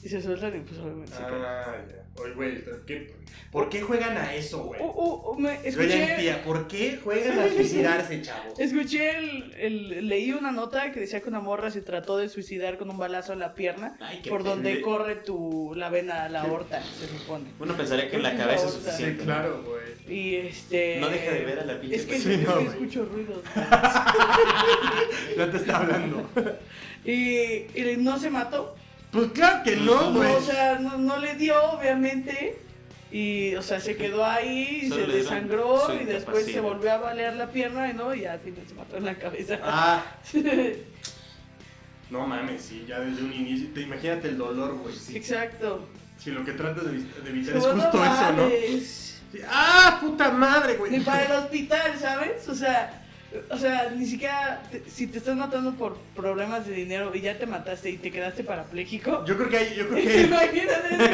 Y se sueltan y pues obviamente se cuelgan.
Ah, ya. Oye, güey, ¿qué- ¿por qué juegan a eso, güey?
Uh, uh, uh, me
Yo ya
escuché,
entendía, ¿por qué juegan a suicidarse, chavos?
escuché el, el- leí una nota que decía que una morra se trató de suicidar con un balazo en la pierna
Ay, qué
por donde
pende-
corre tu, la vena a la aorta, se supone.
Uno pensaría que en la
Esa es
cabeza
la
es
otra.
Sí,
suficiente.
claro, güey.
Y este...
No deja de ver a la pinche
Es que,
persona.
es que
no, güey.
escucho ruidos.
Ya te está hablando.
Y, y no se mató.
Pues claro que no, güey.
No, o sea, no, no le dio, obviamente. Y, o sea, se quedó ahí,
Solo
se
le dieron
desangró
su
y después se
incapacidad.
volvió a balear la pierna y no, y al final se mató en la cabeza. [laughs]
Ah,
Exacto.
no mames, sí, ya desde un inicio. Te imagínate el dolor, güey. sí. Si lo que tratas de, evi- de evitar es
Como,
justo eso, ¿no?
mames.
Sí. ¡Ah, puta madre,
Ni
güey!
para el hospital, ¿sabes? O sea, o sea, ni siquiera te- si te estás matando por problemas de dinero y ya te mataste y te quedaste parapléjico.
Yo creo que hay,
[laughs]
yo creo que hay- [laughs]
Imagínate. ¿no?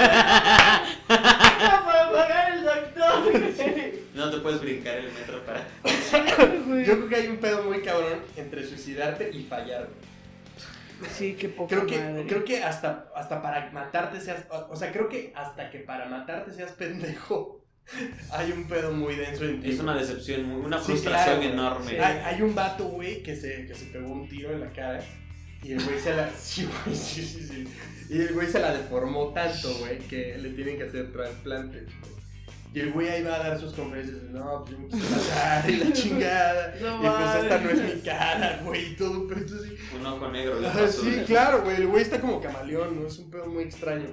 para pagar el doctor. güey.
No te puedes brincar el metro para.
Güey.
yo creo que hay un pedo muy cabrón entre suicidarte y fallar, güey.
Sí, qué poca
Creo que,
madre.
creo que hasta, hasta para matarte seas. O o sea, creo que hasta que para matarte seas pendejo. [laughs] Hay un pedo muy denso en ti.
Es
güey.
una decepción, muy- una
Sí,
frustración
claro.
enorme.
Sí, Hay, hay un vato, güey, que se, que se pegó un tiro en la cara. Y el güey se la. [laughs] Sí, güey, sí, sí, sí. Y el güey se la deformó tanto, güey, que le tienen que hacer trasplantes. güey. Y el güey ahí va a dar sus conferencias. de, No, pues yo me quise
[laughs]
pasar y la chingada.
No
y pues esta no
mames.
es mi cara, güey, y todo. Pero entonces,
Un ojo negro. la
Ah, sí,
basura.
claro, güey. El güey está como camaleón, ¿no? Es un pedo muy extraño.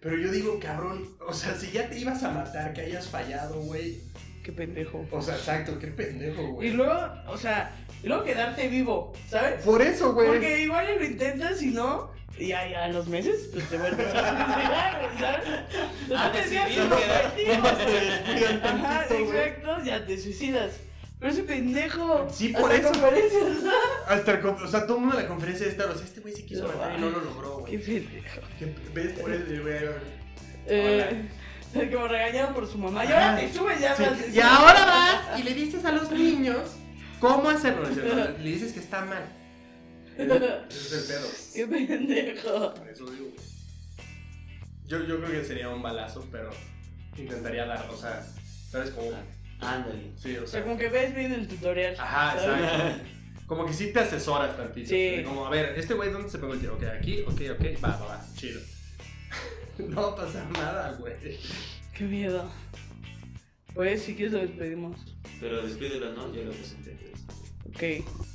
Pero yo digo, cabrón, o sea, si ya te ibas a matar, que hayas fallado, güey.
Qué pendejo.
O sea, exacto, qué pendejo,
Y
güey.
luego, o sea, y luego quedarte vivo, ¿sabes?
Por eso, güey.
Porque igual y lo intentas y no, y ya, ya a los meses, pues te vuelves a suicidar, güey, [laughs] ¿sabes? No
Ah,
te
decidí
hacías los
quedar-
objetivos. [laughs]
Cuidan
Ajá,
tantito, güey.
exacto, ya te suicidas. Pero ese pendejo.
Sí,
hace
por eso.
conferencias.
Hasta el con- o sea, todo el mundo en la conferencia de Star, o sea, este güey se quiso
No,
matar y no lo logró,
Qué
güey.
pendejo.
Que ves por eso, güey.
Eh, que me regañaron por su mamá. Y ahora te subes ya. hablas de-
Y ahora vas y le dices a los niños cómo hacerlo. Le dices que está mal. Ese es el
[laughs]
pedo.
Qué pendejo.
Por eso digo. Yo, yo creo que sería un balazo, pero intentaría dar, o sea, ¿sabes cómo?
Ándale.
Sí, o
O sea,
sea.
como que ves bien el tutorial.
Ajá,
¿sabes?
exacto. Como que sí te asesoras tantito.
Sí.
así de Como, a ver, este güey, ¿dónde se pegó el tiro? Ok, aquí, ok, ok, va, va, va, chido. [laughs] no va a pasar nada, güey.
Qué miedo. Pues si quieres lo despedimos.
Pero despídelo, ¿no? Yo lo presenté. pues. entonces.
Ok.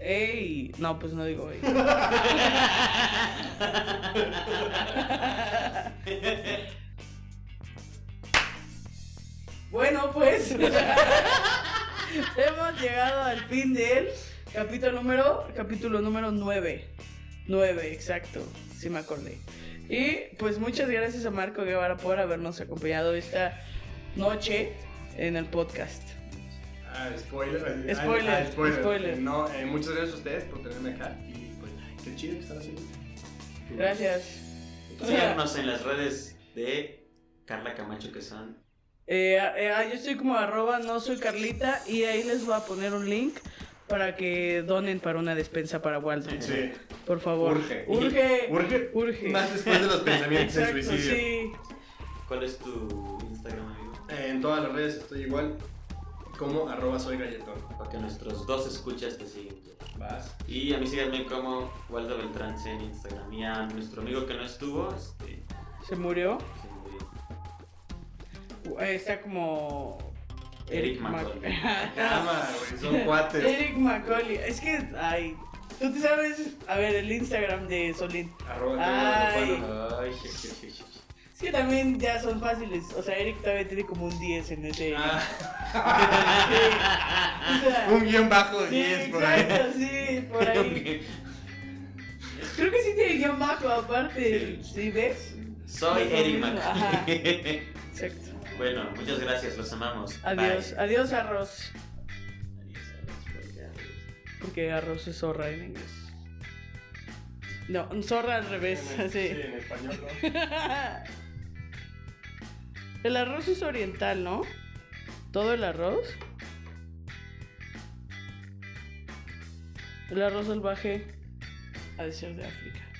Ey. No, pues no digo ey. bueno, pues. [laughs] hemos llegado al fin del capítulo número. Capítulo número 9. 9, exacto. Sí me acordé. Y pues muchas gracias a Marco Guevara por habernos acompañado esta noche en el podcast.
Ah, spoiler. ah, ah,
Spoiler,
spoiler.
spoiler.
No, eh, muchas gracias a ustedes por tenerme acá. Y pues, qué chido que están haciendo.
Gracias.
Síganos en las redes de Carla Camacho, que son.
Eh, eh, ah, yo estoy como arroba no soy Carlita y ahí les voy a poner un link para que donen para una despensa para Waldo.
Sí,
Por favor.
Urge.
Urge.
urge.
Urge.
Más después de los pensamientos de
Exacto,
suicidio.
sí.
¿Cuál es tu Instagram, amigo?
Eh, en todas las redes estoy igual. Como arroba soy galletón.
Para que nuestros dos escuchas te sigan.
Vas.
Y a mí síganme como Waldo Beltrán C en Instagram. Y a nuestro amigo que no estuvo, este.
Se murió.
se murió.
Eh, Está como.
Eric
Mac-
Macaulay.
Cama, güey,
[laughs]
[laughs] son cuates.
Eric Macaulay. Es que, ay. Tú te sabes. A ver, el Instagram de Solín.
Arroba
Ay.
Teo Guadalupano.
Ay, je, je, je, je.
Es que también ya son fáciles. O sea, Eric todavía tiene como un 10 en ese.
[laughs] Ah.
O sea,
Un guión bajo de
Sí,
10 por ahí.
exacto, sí,
[laughs]
por ahí. Creo que sí tiene guión bajo, aparte. ¿Sí ves?
Soy Eric
Ajá.
Mac.
Exacto.
[laughs] Bueno, muchas gracias, los amamos.
Adiós,
Bye.
adiós arroz.
Adiós, adiós, porque adiós.
Porque arroz es zorra en inglés. No, zorra al revés, [laughs]
Sí,
así.
en español, ¿no?
[laughs] El arroz es oriental, ¿no? ¿Todo el arroz? El arroz salvaje ha de ser de África.